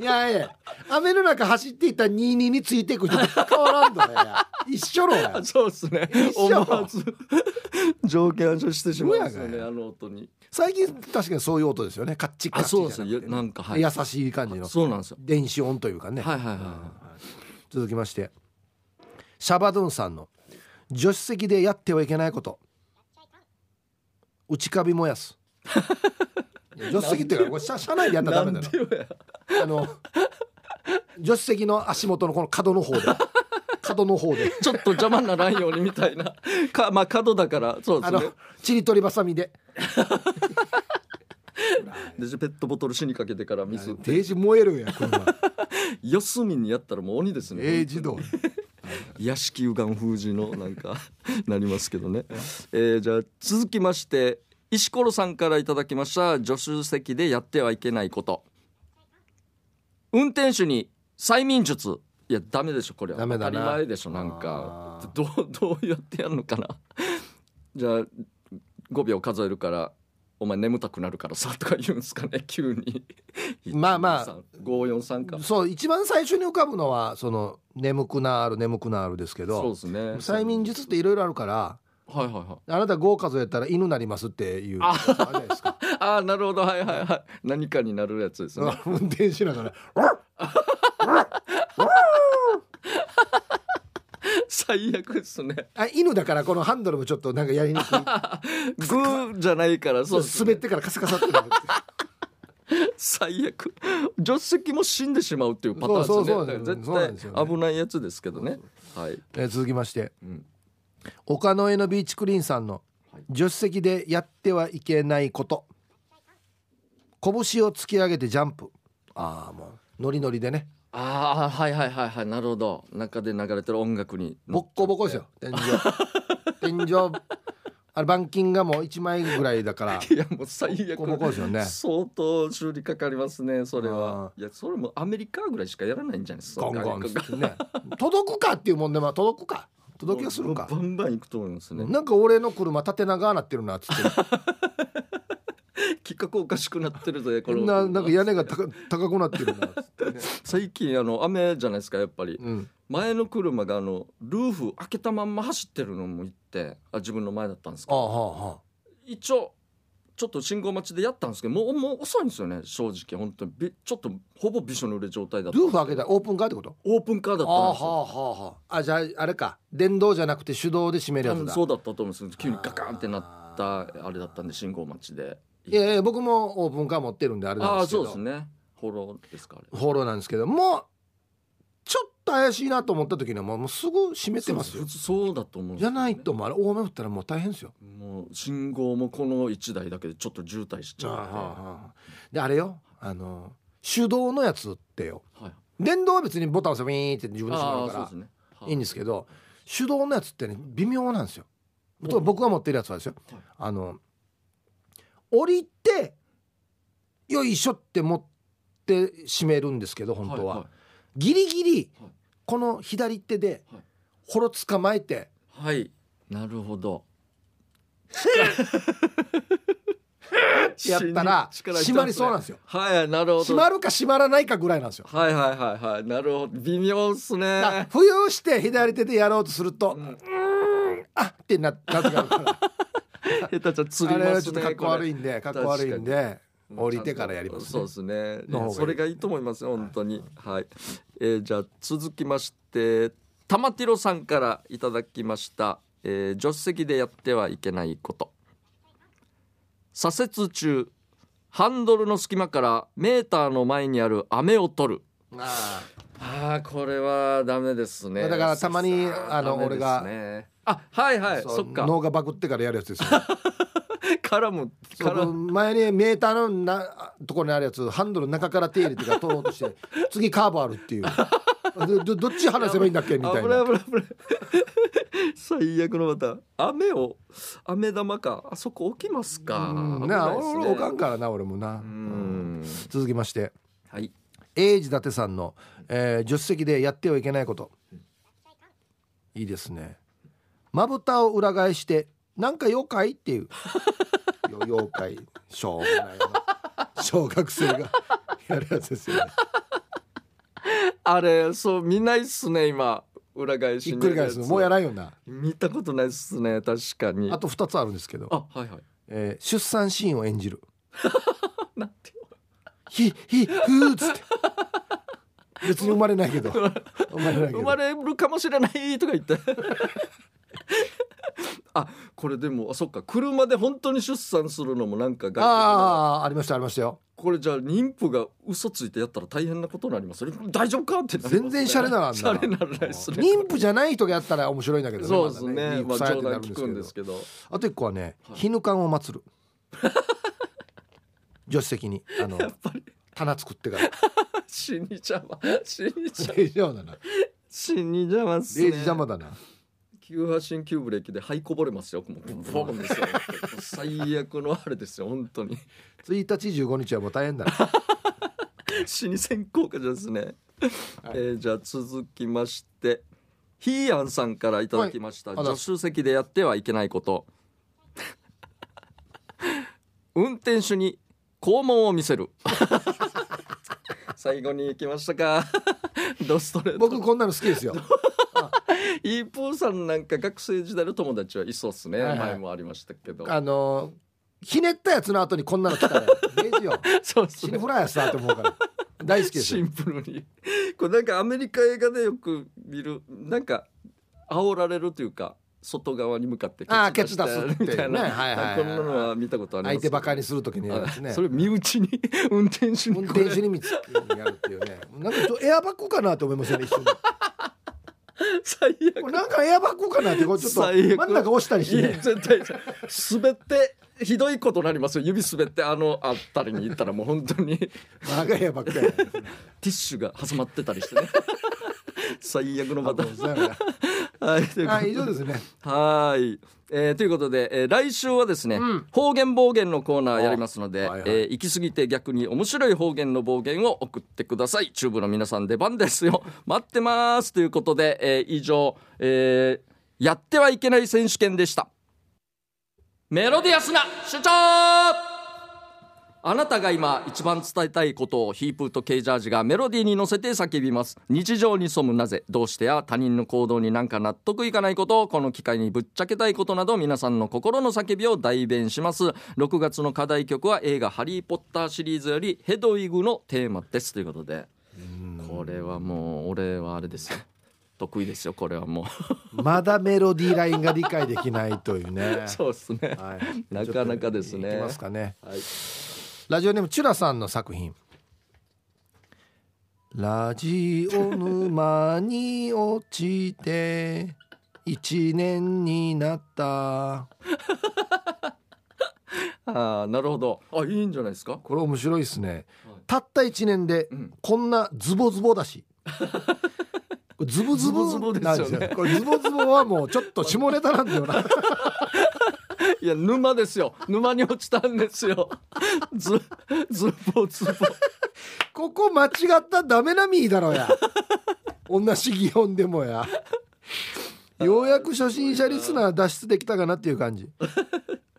[SPEAKER 2] いやいや雨の中走っていった22についていく人と変わらんだね一緒のや
[SPEAKER 1] あそうですね
[SPEAKER 2] 一緒
[SPEAKER 1] 思わず 条件反射してし まうんですよ
[SPEAKER 2] うや
[SPEAKER 1] ね
[SPEAKER 2] が
[SPEAKER 1] あの音に。
[SPEAKER 2] 最近確かにそういう音ですよねカッチカ
[SPEAKER 1] あ
[SPEAKER 2] ッ
[SPEAKER 1] そう
[SPEAKER 2] チ
[SPEAKER 1] です
[SPEAKER 2] じ
[SPEAKER 1] ねゆ
[SPEAKER 2] ゃなくて
[SPEAKER 1] な
[SPEAKER 2] ね
[SPEAKER 1] んかはい
[SPEAKER 2] 優しい感じの
[SPEAKER 1] そうなんですよ
[SPEAKER 2] 電子音というかね、
[SPEAKER 1] はいはいはいは
[SPEAKER 2] 続きましてシャバドゥンさんの助手席でやってはいけないこと内カビ燃 やすいや助手席っていうかこれ車車内でや
[SPEAKER 1] い
[SPEAKER 2] ったらダメだよ
[SPEAKER 1] よや
[SPEAKER 2] あの助手席の足元のこの角の方で角の方で
[SPEAKER 1] ちょっと邪魔にならんようにみたいな かまあ角だからそうで
[SPEAKER 2] あ
[SPEAKER 1] す
[SPEAKER 2] の
[SPEAKER 1] ね
[SPEAKER 2] ちりとりばさみで
[SPEAKER 1] でペットボトル死にかけてから水
[SPEAKER 2] デージ燃えるんや 車
[SPEAKER 1] 四隅にやったらもう鬼ですね
[SPEAKER 2] えー、児童
[SPEAKER 1] 屋敷右岸風神のなん かなりますけどね、えーじゃあ続きまして石ころさんからいただきました助手席でやってはいけないこと運転手に催眠術いやダメでしょこれは
[SPEAKER 2] ダメだな
[SPEAKER 1] 当たり前でしょなんか
[SPEAKER 2] あー
[SPEAKER 1] どう どうやってやるのかなじゃあ5秒数えるからお前眠たくなるからさとか言うんですかね急に
[SPEAKER 2] まあまあ
[SPEAKER 1] 543か
[SPEAKER 2] そう一番最初に浮かぶのはその眠くなる眠くなるですけ
[SPEAKER 1] そう
[SPEAKER 2] ど
[SPEAKER 1] ですね
[SPEAKER 2] 催眠術っていろいろあるから
[SPEAKER 1] はいはいはい
[SPEAKER 2] あなた5数えたら犬になりますっていう
[SPEAKER 1] あ
[SPEAKER 2] あるじゃないですか
[SPEAKER 1] ああなるほどはいはいはい何かになるやつですね
[SPEAKER 2] 運転しながら「わっ
[SPEAKER 1] 最悪ですね
[SPEAKER 2] あ犬だからこのハンドルもちょっとなんかやりにくい
[SPEAKER 1] グーじゃないからそうですね
[SPEAKER 2] 滑ってからカサカサってなる
[SPEAKER 1] 最悪助手席も死んでしまうっていうパターンですね
[SPEAKER 2] そうそうそう
[SPEAKER 1] だか
[SPEAKER 2] そう
[SPEAKER 1] ら
[SPEAKER 2] なんです
[SPEAKER 1] 絶
[SPEAKER 2] よ
[SPEAKER 1] 対
[SPEAKER 2] ね
[SPEAKER 1] 危ないやつですけどねはい
[SPEAKER 2] えー続きまして、
[SPEAKER 1] うん
[SPEAKER 2] 岡の上のビーチクリーンさんの助手席でやってはいけないこと拳を突き上げてジャンプああもうノリノリでね
[SPEAKER 1] ああはいはいはいはいなるほど中で流れてる音楽に
[SPEAKER 2] ボッコボコですよ天井天井あれ板金がもう1枚ぐらいだ から
[SPEAKER 1] いやもう最悪
[SPEAKER 2] ボコボコですよね
[SPEAKER 1] 相当修理かかりますねそれは
[SPEAKER 2] あ
[SPEAKER 1] いやそれもアメリカぐらいしかやらないんじゃないですか
[SPEAKER 2] ゴンゴンっつってね届くかっていう問題は届くか届きはするか
[SPEAKER 1] バンバン行くと思いますね
[SPEAKER 2] なんか俺の車縦長なってるなっつって
[SPEAKER 1] 企画おかしくなってるぜこ
[SPEAKER 2] こ
[SPEAKER 1] の
[SPEAKER 2] んななんか屋根が高高くなってるなっ つってね、
[SPEAKER 1] 最近あの雨じゃないですかやっぱり
[SPEAKER 2] うん、
[SPEAKER 1] 前の車があのルーフ開けたまんま走ってるのも行ってあ自分の前だったんですけ
[SPEAKER 2] あ
[SPEAKER 1] ど
[SPEAKER 2] あはあはあ
[SPEAKER 1] 一応ちょっと信号待ちでやったんですけどもうもう遅いんですよね正直本当にびちょっとほぼびしょ濡れ状態だった
[SPEAKER 2] ルーフ開けたらオープンカーってこと
[SPEAKER 1] オープンカーだ
[SPEAKER 2] あ
[SPEAKER 1] ったんです
[SPEAKER 2] は
[SPEAKER 1] よ
[SPEAKER 2] あはあはああじゃああれか電動じゃなくて手動で閉める
[SPEAKER 1] 多
[SPEAKER 2] やつ
[SPEAKER 1] 分
[SPEAKER 2] だ
[SPEAKER 1] そうだったと思うんですけど急にガカーンってなったあれだったんで信号待ちで
[SPEAKER 2] いやいや僕もオープンカー持ってるんであれなん
[SPEAKER 1] あ
[SPEAKER 2] で
[SPEAKER 1] あ
[SPEAKER 2] すけ
[SPEAKER 1] そ
[SPEAKER 2] ど
[SPEAKER 1] うですねフォローですかあれ
[SPEAKER 2] 放浪なんですけどもうちょっと怪しいなと思った時にはもうもうすぐ閉めてますよ
[SPEAKER 1] 普通そうだと思うんです
[SPEAKER 2] じ
[SPEAKER 1] よ
[SPEAKER 2] ゃ
[SPEAKER 1] ね
[SPEAKER 2] ないともうあれ大雨降ったらもう大変ですよ
[SPEAKER 1] もう信号もこの1台だけでちょっと渋滞しち
[SPEAKER 2] あ
[SPEAKER 1] ゃ
[SPEAKER 2] あ
[SPEAKER 1] う
[SPEAKER 2] はあ
[SPEAKER 1] ん
[SPEAKER 2] はあであれよあの手動のやつってよ
[SPEAKER 1] ではい
[SPEAKER 2] 電動は別にボタン押せばいいって自分で閉
[SPEAKER 1] あ
[SPEAKER 2] め
[SPEAKER 1] あ
[SPEAKER 2] る
[SPEAKER 1] そう
[SPEAKER 2] か
[SPEAKER 1] ですねは
[SPEAKER 2] らいいんですけど手動のやつってね微妙なんですよと僕が持ってるやつはですよ
[SPEAKER 1] はい
[SPEAKER 2] あの降りてよいしょって持って閉めるんですけど本当は、
[SPEAKER 1] はい
[SPEAKER 2] ギリギリ
[SPEAKER 1] はい
[SPEAKER 2] この左手で
[SPEAKER 1] はい
[SPEAKER 2] ほろ捕まえて
[SPEAKER 1] はい、はいなるほど
[SPEAKER 2] やったら
[SPEAKER 1] 死に力入ってますね
[SPEAKER 2] 閉まりそうなんですよ
[SPEAKER 1] はいなるほど
[SPEAKER 2] 閉まるか閉まらないかぐらいなんですよ。
[SPEAKER 1] はいはいはいはいなるほど微妙っす
[SPEAKER 2] だから
[SPEAKER 1] ね
[SPEAKER 2] 浮遊して左手でやろうとすると、
[SPEAKER 1] う
[SPEAKER 2] うんーん、あってなった時あるから
[SPEAKER 1] 下手ちゃん釣
[SPEAKER 2] あ
[SPEAKER 1] り
[SPEAKER 2] れ
[SPEAKER 1] ま
[SPEAKER 2] はち
[SPEAKER 1] す
[SPEAKER 2] ょっと
[SPEAKER 1] ね
[SPEAKER 2] かっこ悪い
[SPEAKER 1] い
[SPEAKER 2] んでかっこ悪いんで降りてからやります、ね、
[SPEAKER 1] そうですね
[SPEAKER 2] の方がいい
[SPEAKER 1] それがいいと思いますよ本当にはい、えーじゃあ続きまして玉ティロさんからいただきました、えー、助手席でやってはいけないこと左折中ハンドルの隙間からメーターの前にある飴を取る
[SPEAKER 2] あ
[SPEAKER 1] ああこれはダメですね
[SPEAKER 2] だからたまにあの
[SPEAKER 1] ダメですねあはいは
[SPEAKER 2] あ
[SPEAKER 1] い
[SPEAKER 2] そう
[SPEAKER 1] そっか
[SPEAKER 2] 脳がバグってからやるやつで すよ
[SPEAKER 1] 絡む
[SPEAKER 2] その
[SPEAKER 1] 絡む
[SPEAKER 2] 前にメーターのなところにあるやつハンドルの中から手入れてから取ろうとして次カーブあ るっていうどどどっち離せばいいんだっけみ
[SPEAKER 1] 危な
[SPEAKER 2] た
[SPEAKER 1] い
[SPEAKER 2] い
[SPEAKER 1] 危
[SPEAKER 2] な
[SPEAKER 1] ない危ない 最悪のまた雨を雨玉かあそこ置きますか
[SPEAKER 2] うん
[SPEAKER 1] 危
[SPEAKER 2] な
[SPEAKER 1] ない
[SPEAKER 2] あ
[SPEAKER 1] ですね
[SPEAKER 2] 俺おかんからな俺も
[SPEAKER 1] う
[SPEAKER 2] な、
[SPEAKER 1] ん
[SPEAKER 2] 続きまして
[SPEAKER 1] はい
[SPEAKER 2] 英治伊達さんの、えー助手席でやってはいけないこといいですねまぶたを裏返してなんか妖怪 っていうよ妖怪しょうがないな小学生が やるやつですよね
[SPEAKER 1] あれそう見ないっすね今裏返し
[SPEAKER 2] ひっ
[SPEAKER 1] に
[SPEAKER 2] くり返すのもうやらんよな
[SPEAKER 1] 見たことないっすね確かに
[SPEAKER 2] あと2つあるんですけど、
[SPEAKER 1] あはいはい
[SPEAKER 2] えー出産シーンを演じる
[SPEAKER 1] あなんて
[SPEAKER 2] ひひふーっつって別に生まれないけ ど生まれな
[SPEAKER 1] 生
[SPEAKER 2] いけど
[SPEAKER 1] まれるかもしれないとか言って あこれでもあそっか車で本当に出産するのもなんか外国の
[SPEAKER 2] ああありましたありましたよ
[SPEAKER 1] これじゃあ妊婦が嘘ついてやったら大変なことになりますよね大丈夫かってなりますね
[SPEAKER 2] 全然シャレならんな
[SPEAKER 1] シャレならないですね
[SPEAKER 2] 妊婦じゃない人がやったら面白いんだけど
[SPEAKER 1] そうですね
[SPEAKER 2] ま
[SPEAKER 1] まあ
[SPEAKER 2] だ妊婦さん
[SPEAKER 1] 冗
[SPEAKER 2] ってな
[SPEAKER 1] 談
[SPEAKER 2] るん
[SPEAKER 1] 聞
[SPEAKER 2] です
[SPEAKER 1] く
[SPEAKER 2] け
[SPEAKER 1] ん
[SPEAKER 2] ど
[SPEAKER 1] ですけど
[SPEAKER 2] あと一個はね
[SPEAKER 1] はい
[SPEAKER 2] 絹缶を祀る助手席に あの
[SPEAKER 1] やっぱり
[SPEAKER 2] 棚作ってから
[SPEAKER 1] 死に邪魔死に邪魔
[SPEAKER 2] 大丈夫だな
[SPEAKER 1] 死に邪魔っすね
[SPEAKER 2] 0時邪魔だな
[SPEAKER 1] 急発進急ブレーキではいこぼれますよもうボンですよ最悪のあれですよ本当に
[SPEAKER 2] 1日15日はもう大変だな
[SPEAKER 1] 死に先行かじゃですね、
[SPEAKER 2] はい
[SPEAKER 1] えーじゃあ続きましてひーやんさんからいただきました、
[SPEAKER 2] はいあ
[SPEAKER 1] 助手席でやってはいけないこと 運転手に肛門を見せる 最後に行きましたか ドストレート
[SPEAKER 2] 僕こんなの好きですよ
[SPEAKER 1] イープーさんなんか学生時代の友達はいそうっすね、
[SPEAKER 2] はいはい
[SPEAKER 1] 前もありましたけど
[SPEAKER 2] あのひねったやつの後にこんなの来た ら0時よ
[SPEAKER 1] そうっす
[SPEAKER 2] 死
[SPEAKER 1] ね
[SPEAKER 2] にフライやスだと思うから大好き です
[SPEAKER 1] シ
[SPEAKER 2] よ
[SPEAKER 1] ンプルにこれなんかアメリカ映画でよく見るなんか煽られるというか外側に向かって
[SPEAKER 2] あーケツ出
[SPEAKER 1] 出
[SPEAKER 2] すっ
[SPEAKER 1] して
[SPEAKER 2] いうね
[SPEAKER 1] みたい
[SPEAKER 2] は
[SPEAKER 1] ない
[SPEAKER 2] はいはい
[SPEAKER 1] なんかこんなのは見たことあります
[SPEAKER 2] 相手ばか
[SPEAKER 1] り
[SPEAKER 2] りするときにやるんですね
[SPEAKER 1] それ身内に運転手に
[SPEAKER 2] 運転手に見つけにやるっていうねなんかちょエアバッグかなと思いますよね一 瞬
[SPEAKER 1] 最
[SPEAKER 2] こ
[SPEAKER 1] 悪
[SPEAKER 2] れなんかエアバッグかなってこうちょっと
[SPEAKER 1] 最
[SPEAKER 2] 真
[SPEAKER 1] 悪
[SPEAKER 2] ん中押したりして
[SPEAKER 1] いや
[SPEAKER 2] ね
[SPEAKER 1] 絶対滑ってひどいことになりますよ指滑ってあのあったりに行ったらもう本当にテ
[SPEAKER 2] なんかエアバッグや
[SPEAKER 1] ィッシュが挟まってたりして ね最悪のパターンはいということ
[SPEAKER 2] は
[SPEAKER 1] で
[SPEAKER 2] い以上ですね
[SPEAKER 1] はーい、えーということで、えー来週はですね、
[SPEAKER 2] うん
[SPEAKER 1] 方言暴言のコーナーやりますので、
[SPEAKER 2] あはいはい
[SPEAKER 1] えー行き過ぎて逆に面白い方言の暴言を送ってくださいチューブの皆さん出番ですよ 待ってますということで、えー以上、えーやってはいけない選手権でしたメロディアスな主張あなたが今一番伝えたいことをヒープーとケイジャージがメロディーに乗せて叫びます日常に潜むなぜどうしてや他人の行動になんか納得いかないことこの機会にぶっちゃけたいことなど皆さんの心の叫びを代弁します6月の課題曲は映画「ハリー・ポッター」シリーズより「ヘドウィグ」のテーマですということでこれはもう俺はあれですよ 得意ですよこれはもう
[SPEAKER 2] まだメロディーラインが理解できないというね
[SPEAKER 1] そうですね
[SPEAKER 2] はい
[SPEAKER 1] なかなかですね
[SPEAKER 2] いきますかね
[SPEAKER 1] はい
[SPEAKER 2] ラジオネームチュラさんの作品ラジオ沼に落ちて一年になった
[SPEAKER 1] ああなるほどあいいんじゃないですか
[SPEAKER 2] これ面白いですねたった1年で
[SPEAKER 1] うん
[SPEAKER 2] こんなズボズボだしこれズボズ
[SPEAKER 1] ズ
[SPEAKER 2] ボ
[SPEAKER 1] ボズボです
[SPEAKER 2] な
[SPEAKER 1] よ
[SPEAKER 2] ん
[SPEAKER 1] ね
[SPEAKER 2] ですよこれズボズボはもうちょっと下ネタなんだ よな
[SPEAKER 1] いや沼ですよ沼に落ちたんですよ ずずぼずぼ
[SPEAKER 2] ここ間違ったらダメなみーだろうや女市議読んでもやようやく初心者リスナー脱出できたかなっていう感じ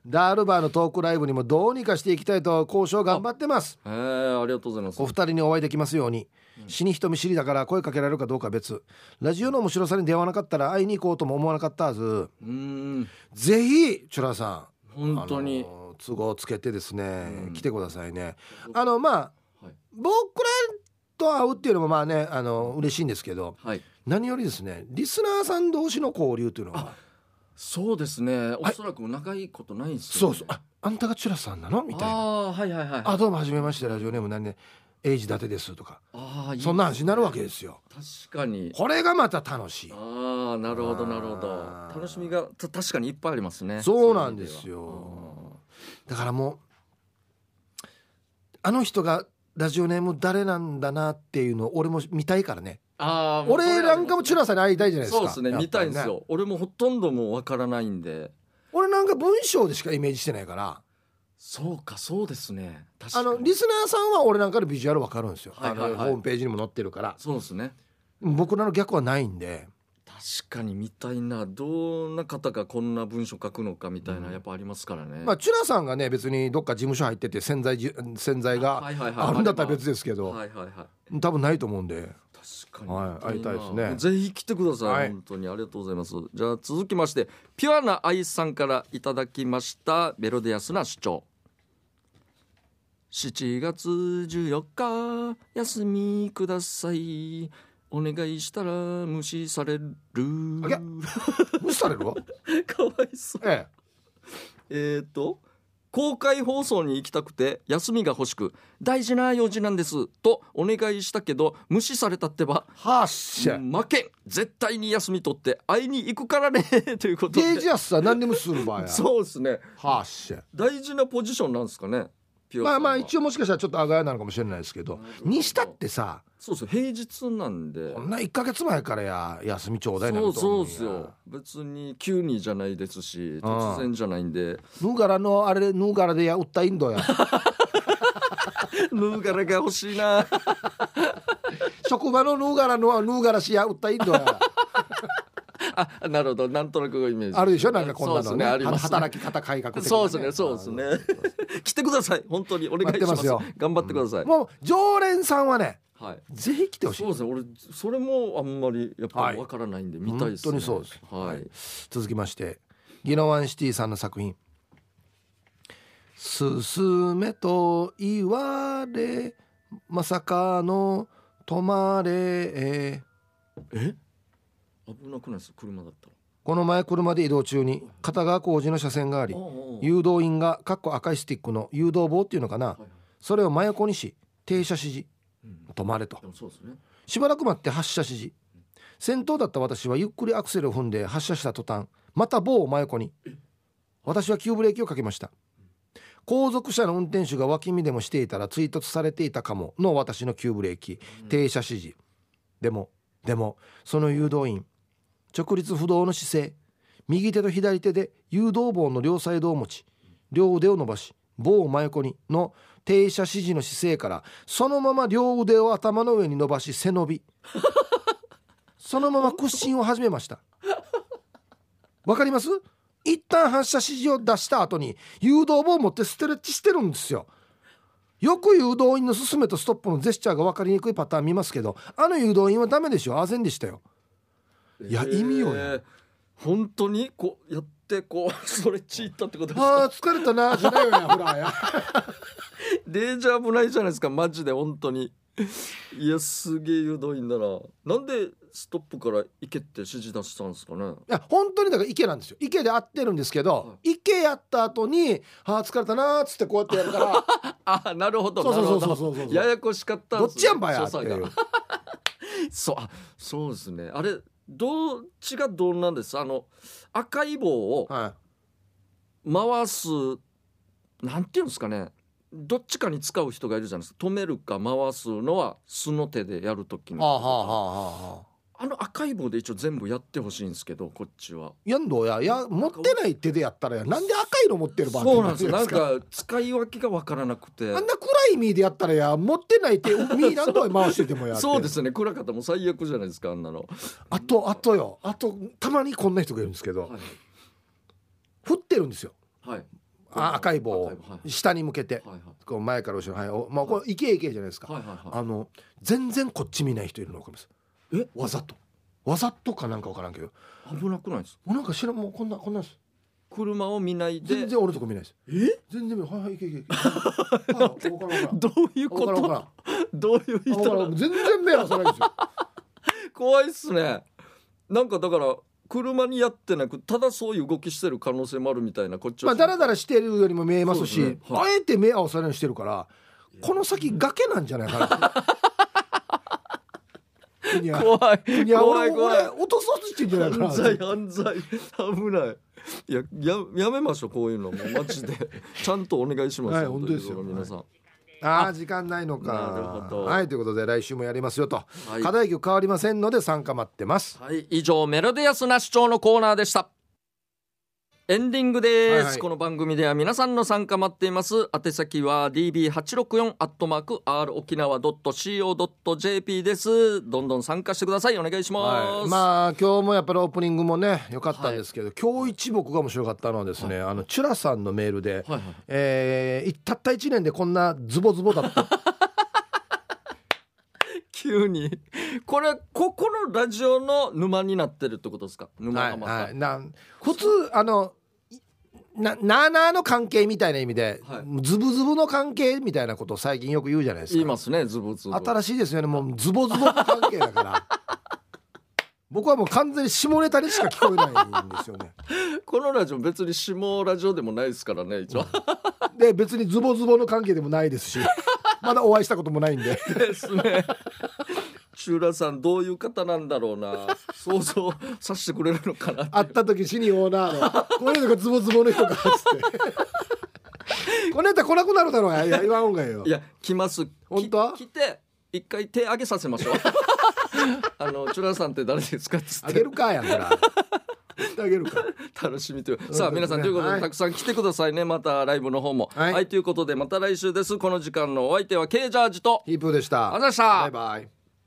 [SPEAKER 2] ダールバーのトークライブにもどうにかしていきたいと交渉頑張ってます
[SPEAKER 1] えー、ありがとうございます
[SPEAKER 2] お二人にお会いできますように死に人見知りだから声かけられるかどうかは別ラジオの面白さに出会わなかったら会いに行こうとも思わなかったはず
[SPEAKER 1] うーん
[SPEAKER 2] ぜひチュラさん
[SPEAKER 1] 本当に
[SPEAKER 2] あの都合をつけてですね、
[SPEAKER 1] うん
[SPEAKER 2] 来てくださいねあのまあ、
[SPEAKER 1] はい
[SPEAKER 2] 僕らと会うっていうのもまあねあの嬉しいんですけど
[SPEAKER 1] はい
[SPEAKER 2] 何よりですねリスナーさん同士の交流というのは
[SPEAKER 1] そうですねおそらく長いことないんです
[SPEAKER 2] そ
[SPEAKER 1] よ、
[SPEAKER 2] う
[SPEAKER 1] ね、
[SPEAKER 2] そうああんたがチュラさんなのみたいな
[SPEAKER 1] ああーはいはいはい
[SPEAKER 2] 「あどうもはじめましてラジオネーム何ねエイジ伊達です」とか
[SPEAKER 1] あーいい
[SPEAKER 2] そんな話になるわけですよ。
[SPEAKER 1] 確かに
[SPEAKER 2] これがまた楽しい
[SPEAKER 1] ああなるほどなるほ
[SPEAKER 2] あ
[SPEAKER 1] ど
[SPEAKER 2] ー
[SPEAKER 1] 楽しみがた確かにいっぱいありますね
[SPEAKER 2] そうなんですよ
[SPEAKER 1] うん
[SPEAKER 2] だからもうあの人がラジオネーム誰なんだなっていうのを俺も見たいからね
[SPEAKER 1] あー
[SPEAKER 2] 俺なんかもチュラさんに会いたいじゃないです
[SPEAKER 1] そう
[SPEAKER 2] か
[SPEAKER 1] ですね
[SPEAKER 2] やっ
[SPEAKER 1] 見
[SPEAKER 2] ぱ
[SPEAKER 1] たい
[SPEAKER 2] り
[SPEAKER 1] んですよ、俺もほとんどもうわからないんで
[SPEAKER 2] 俺なんか文章でしかイメージしてないから
[SPEAKER 1] そうかそうですね確か
[SPEAKER 2] あ
[SPEAKER 1] に
[SPEAKER 2] のリスナーさんは俺なんかのビジュアルわかるんですよ、
[SPEAKER 1] はいはいはい
[SPEAKER 2] あのホームページにも載ってるから
[SPEAKER 1] そうですね
[SPEAKER 2] 僕らの逆はないんで
[SPEAKER 1] 確かに見たいなどんな方がこんな文章書くのかみたいな、
[SPEAKER 2] うん
[SPEAKER 1] やっぱありますからね、
[SPEAKER 2] まあチュラさんがね別にどっか事務所入ってて洗剤じ洗剤が
[SPEAKER 1] はいはいはい
[SPEAKER 2] あるんだったら別ですけど、
[SPEAKER 1] はいはいはい
[SPEAKER 2] 多分ないと思うんで
[SPEAKER 1] 確かに、
[SPEAKER 2] はい
[SPEAKER 1] な
[SPEAKER 2] 会いたいですね
[SPEAKER 1] ぜひ来てください、
[SPEAKER 2] はい
[SPEAKER 1] 本当にありがとうございますじゃあ続きましてピュアな愛さんからいただきましたメロディアスな主張7月14日休みくださいお願いしたら無視される
[SPEAKER 2] あげ無視されるわ
[SPEAKER 1] かわいそう
[SPEAKER 2] え
[SPEAKER 1] えっ、と公開放送に行きたくて休みが欲しく大事な用事なんですとお願いしたけど無視されたってば
[SPEAKER 2] えはっしゃ
[SPEAKER 1] 負けん絶対に休み取って会いに行くからね ということ
[SPEAKER 2] デー
[SPEAKER 1] で
[SPEAKER 2] ジアスさ何でもする場合や
[SPEAKER 1] そうですね
[SPEAKER 2] はっしゃ
[SPEAKER 1] 大事なポジションなんですかねピ
[SPEAKER 2] まあまあ一
[SPEAKER 1] 応
[SPEAKER 2] 応もしかしたらちょっとあがやなのかもしれないですけどにしたってさ
[SPEAKER 1] そうそう平日なんで
[SPEAKER 2] こんな1か月前からや休みちょうだいな
[SPEAKER 1] そ
[SPEAKER 2] こ
[SPEAKER 1] う
[SPEAKER 2] と思
[SPEAKER 1] そ
[SPEAKER 2] ん
[SPEAKER 1] うです
[SPEAKER 2] や
[SPEAKER 1] よ別に急にじゃないですし突然じゃないんで
[SPEAKER 2] ヌーガラのあれヌーガラでや売ったインド や
[SPEAKER 1] ヌーガラが欲しい な
[SPEAKER 2] 職場のヌーガラのヌーガラしや売ったイン ドや
[SPEAKER 1] あなるほどなんとなくイメージ
[SPEAKER 2] あるでしょなんかこんな
[SPEAKER 1] そうですね
[SPEAKER 2] のね
[SPEAKER 1] ありますね
[SPEAKER 2] 働き方改革的な
[SPEAKER 1] そうですねそうですね 来てください本当にお願いします
[SPEAKER 2] 待ってますよ
[SPEAKER 1] 頑張ってください、
[SPEAKER 2] もう常連さんはね
[SPEAKER 1] はい
[SPEAKER 2] ぜひ来てほし
[SPEAKER 1] そう
[SPEAKER 2] い
[SPEAKER 1] ですね俺それもあんまりやっぱ
[SPEAKER 2] はい
[SPEAKER 1] りわからないんで見たいですね、
[SPEAKER 2] 本当にそうです
[SPEAKER 1] はい、
[SPEAKER 2] 続きましてギノワンシティさんの作品「すすめと言われまさかの止まれ」えー
[SPEAKER 1] え危なくないです車だったら
[SPEAKER 2] この前車で移動中に片側工事の車線があり
[SPEAKER 1] おうおう
[SPEAKER 2] 誘導員がかっこ赤いスティックの誘導棒っていうのかな
[SPEAKER 1] はいはい
[SPEAKER 2] それを真横にし停車指示
[SPEAKER 1] うん
[SPEAKER 2] 止まれと
[SPEAKER 1] でもそうですね
[SPEAKER 2] しばらく待って発車指示先頭だった私はゆっくりアクセルを踏んで発車した途端また棒を真横に私は急ブレーキをかけました後続車の運転手が脇見でもしていたら追突されていたかもの私の急ブレーキ停車指示でもでもその誘導員直立不動の姿勢右手と左手で誘導棒の両サイドを持ち両腕を伸ばし棒を真横にの停車指示の姿勢からそのまま両腕を頭の上に伸ばし背伸び そのまま屈伸を始めましたわかります一旦発射指示を出した後に誘導棒を持ってストレッチしてるんですよよく誘導員の進めとストップのジェスチャーが分かりにくいパターン見ますけどあの誘導員はダメでしょあぜんでしたよいや意味よね
[SPEAKER 1] 本当にこうやってこうストレッチいったってことです
[SPEAKER 2] あ
[SPEAKER 1] か
[SPEAKER 2] あ疲れたなじゃないよねほらや
[SPEAKER 1] デージ危ないじゃないですかマジで本当にいやすげえ誘導員だななんでストップから行けって指示出したんですかね
[SPEAKER 2] いや本当にだから池なんですよ池で合ってるんですけど、池やった後に「ああ疲れたな」っつってこうやってやるから
[SPEAKER 1] あなるほど
[SPEAKER 2] そうそうそう
[SPEAKER 1] なる
[SPEAKER 2] そ
[SPEAKER 1] ほ
[SPEAKER 2] うそうそう
[SPEAKER 1] どややこしかった
[SPEAKER 2] どっちやんばやっ
[SPEAKER 1] 所
[SPEAKER 2] て
[SPEAKER 1] 作
[SPEAKER 2] い
[SPEAKER 1] が
[SPEAKER 2] う
[SPEAKER 1] そうあそうですねあれどっちがどうなんですあの赤い棒を
[SPEAKER 2] は
[SPEAKER 1] 回すなんていうんですかねどっちかに使う人がいるじゃないですか止めるか回すのは素の手でやるとき
[SPEAKER 2] い、
[SPEAKER 1] に
[SPEAKER 2] はあはあはあはあはあ
[SPEAKER 1] あの赤い棒で一応全部やってほしいんですけどこっちは
[SPEAKER 2] やんどうやいや持ってない手でやったらやなんで赤いの持ってる場合
[SPEAKER 1] そうなんですよなんか使い分けが分からなくて
[SPEAKER 2] あんな暗い身でやったらや持ってない手身なんどう回しててもやって
[SPEAKER 1] そうですね暗かったもう最悪じゃないですかあんなの、
[SPEAKER 2] あとあとよあとたまにこんな人がいるんですけど、
[SPEAKER 1] はい
[SPEAKER 2] 振ってるんですよ
[SPEAKER 1] はい
[SPEAKER 2] あ赤い棒を
[SPEAKER 1] 赤い棒はい
[SPEAKER 2] 下に向けて、
[SPEAKER 1] はいはい
[SPEAKER 2] こう前から後ろはいおまあこれいけいけじゃないですか、
[SPEAKER 1] はいはいはい
[SPEAKER 2] あの全然こっち見ない人いるのわかります
[SPEAKER 1] え
[SPEAKER 2] わざとわざとかなんかわからんけど
[SPEAKER 1] 危なくないです
[SPEAKER 2] もうなんか知らんもうこんなこんなんです
[SPEAKER 1] 車を見ないで
[SPEAKER 2] 全然俺のとこ見ないです
[SPEAKER 1] え
[SPEAKER 2] 全然見ないはいはいいけいけいけはい わからんわからんわ
[SPEAKER 1] どういうこ
[SPEAKER 2] からんわから
[SPEAKER 1] と
[SPEAKER 2] ん
[SPEAKER 1] どういう
[SPEAKER 2] あわからん
[SPEAKER 1] 人だ
[SPEAKER 2] 全然目合わさないんです よ
[SPEAKER 1] 怖いっすねなんかだから車にやってなくただそういう動きしてる可能性もあるみたいなこっちは
[SPEAKER 2] まあダラダラしてるよりも見えますし
[SPEAKER 1] そうですねはい
[SPEAKER 2] あえて目合わさないようにしてるからこの先崖なんじゃないかないや
[SPEAKER 1] 怖い
[SPEAKER 2] いや
[SPEAKER 1] 怖
[SPEAKER 2] 俺
[SPEAKER 1] い怖
[SPEAKER 2] 俺
[SPEAKER 1] い
[SPEAKER 2] 落とそうとしてんじゃないかな
[SPEAKER 1] 犯罪犯罪危ないいやややめましょうこういうのもうマジでちゃんとお願いします、
[SPEAKER 2] はい本当ですよ
[SPEAKER 1] 皆さん、
[SPEAKER 2] ああ時間ないの
[SPEAKER 1] な
[SPEAKER 2] か
[SPEAKER 1] るほど
[SPEAKER 2] はいということで来週もやりますよと、
[SPEAKER 1] はい
[SPEAKER 2] 課題曲変わりませんので参加待ってます
[SPEAKER 1] はい、以上メロディアスな主張のコーナーでした。エンディングです、
[SPEAKER 2] はいはい
[SPEAKER 1] この番組では皆さんの参加待っています。宛先は db 八六四アットマーク r 沖縄ドット co ドット jp です。どんどん参加してください。お願いします。
[SPEAKER 2] はい、まあ今日もやっぱりオープニングもね良かったんですけど、今日一僕が面白かったのはですね、あのチュラさんのメールで、
[SPEAKER 1] はいはい
[SPEAKER 2] えーいたった1年でこんなズボズボだった
[SPEAKER 1] 急にこれここのラジオの沼になってるってことですか。沼
[SPEAKER 2] は
[SPEAKER 1] ハ
[SPEAKER 2] い、
[SPEAKER 1] マさん
[SPEAKER 2] はい、なん普通あのいななあなあの関係みたいな意味で、
[SPEAKER 1] はい
[SPEAKER 2] ズブズブの関係みたいなことを最近よく言うじゃないです
[SPEAKER 1] 言い
[SPEAKER 2] か
[SPEAKER 1] ますね。ズボズボ。
[SPEAKER 2] 新しいですよねもうズボズボの関係だから僕はもう完全に下ネタにしか聞こえないんですよね
[SPEAKER 1] このラジオ別に下ラジオでもないですからね一応、
[SPEAKER 2] で別にズボズボの関係でもない ですしまだお会いしたこともないんで
[SPEAKER 1] ですね中浦さんどういう方なんだろうな想像させてくれるのかな
[SPEAKER 2] 会った時死にオーナーのこれとかズボズボの人かっつってこのネタ来なくなるだろうがいや言わんほうがいいよ
[SPEAKER 1] いや来ますき
[SPEAKER 2] 本当
[SPEAKER 1] 来て一回手上げさせましょう あの中浦さんって誰ですかっつっ
[SPEAKER 2] あ
[SPEAKER 1] て
[SPEAKER 2] げるかやんほらしてあげるか
[SPEAKER 1] 楽しみという
[SPEAKER 2] ですね
[SPEAKER 1] さあ皆さんということ
[SPEAKER 2] は
[SPEAKER 1] で
[SPEAKER 2] い
[SPEAKER 1] たくさん来てくださいねまたライブの方も
[SPEAKER 2] はい
[SPEAKER 1] はいということでまた来週ですこの時間のお相手は K ジャージと
[SPEAKER 2] ヒープーでした
[SPEAKER 1] あざした
[SPEAKER 2] バイバイ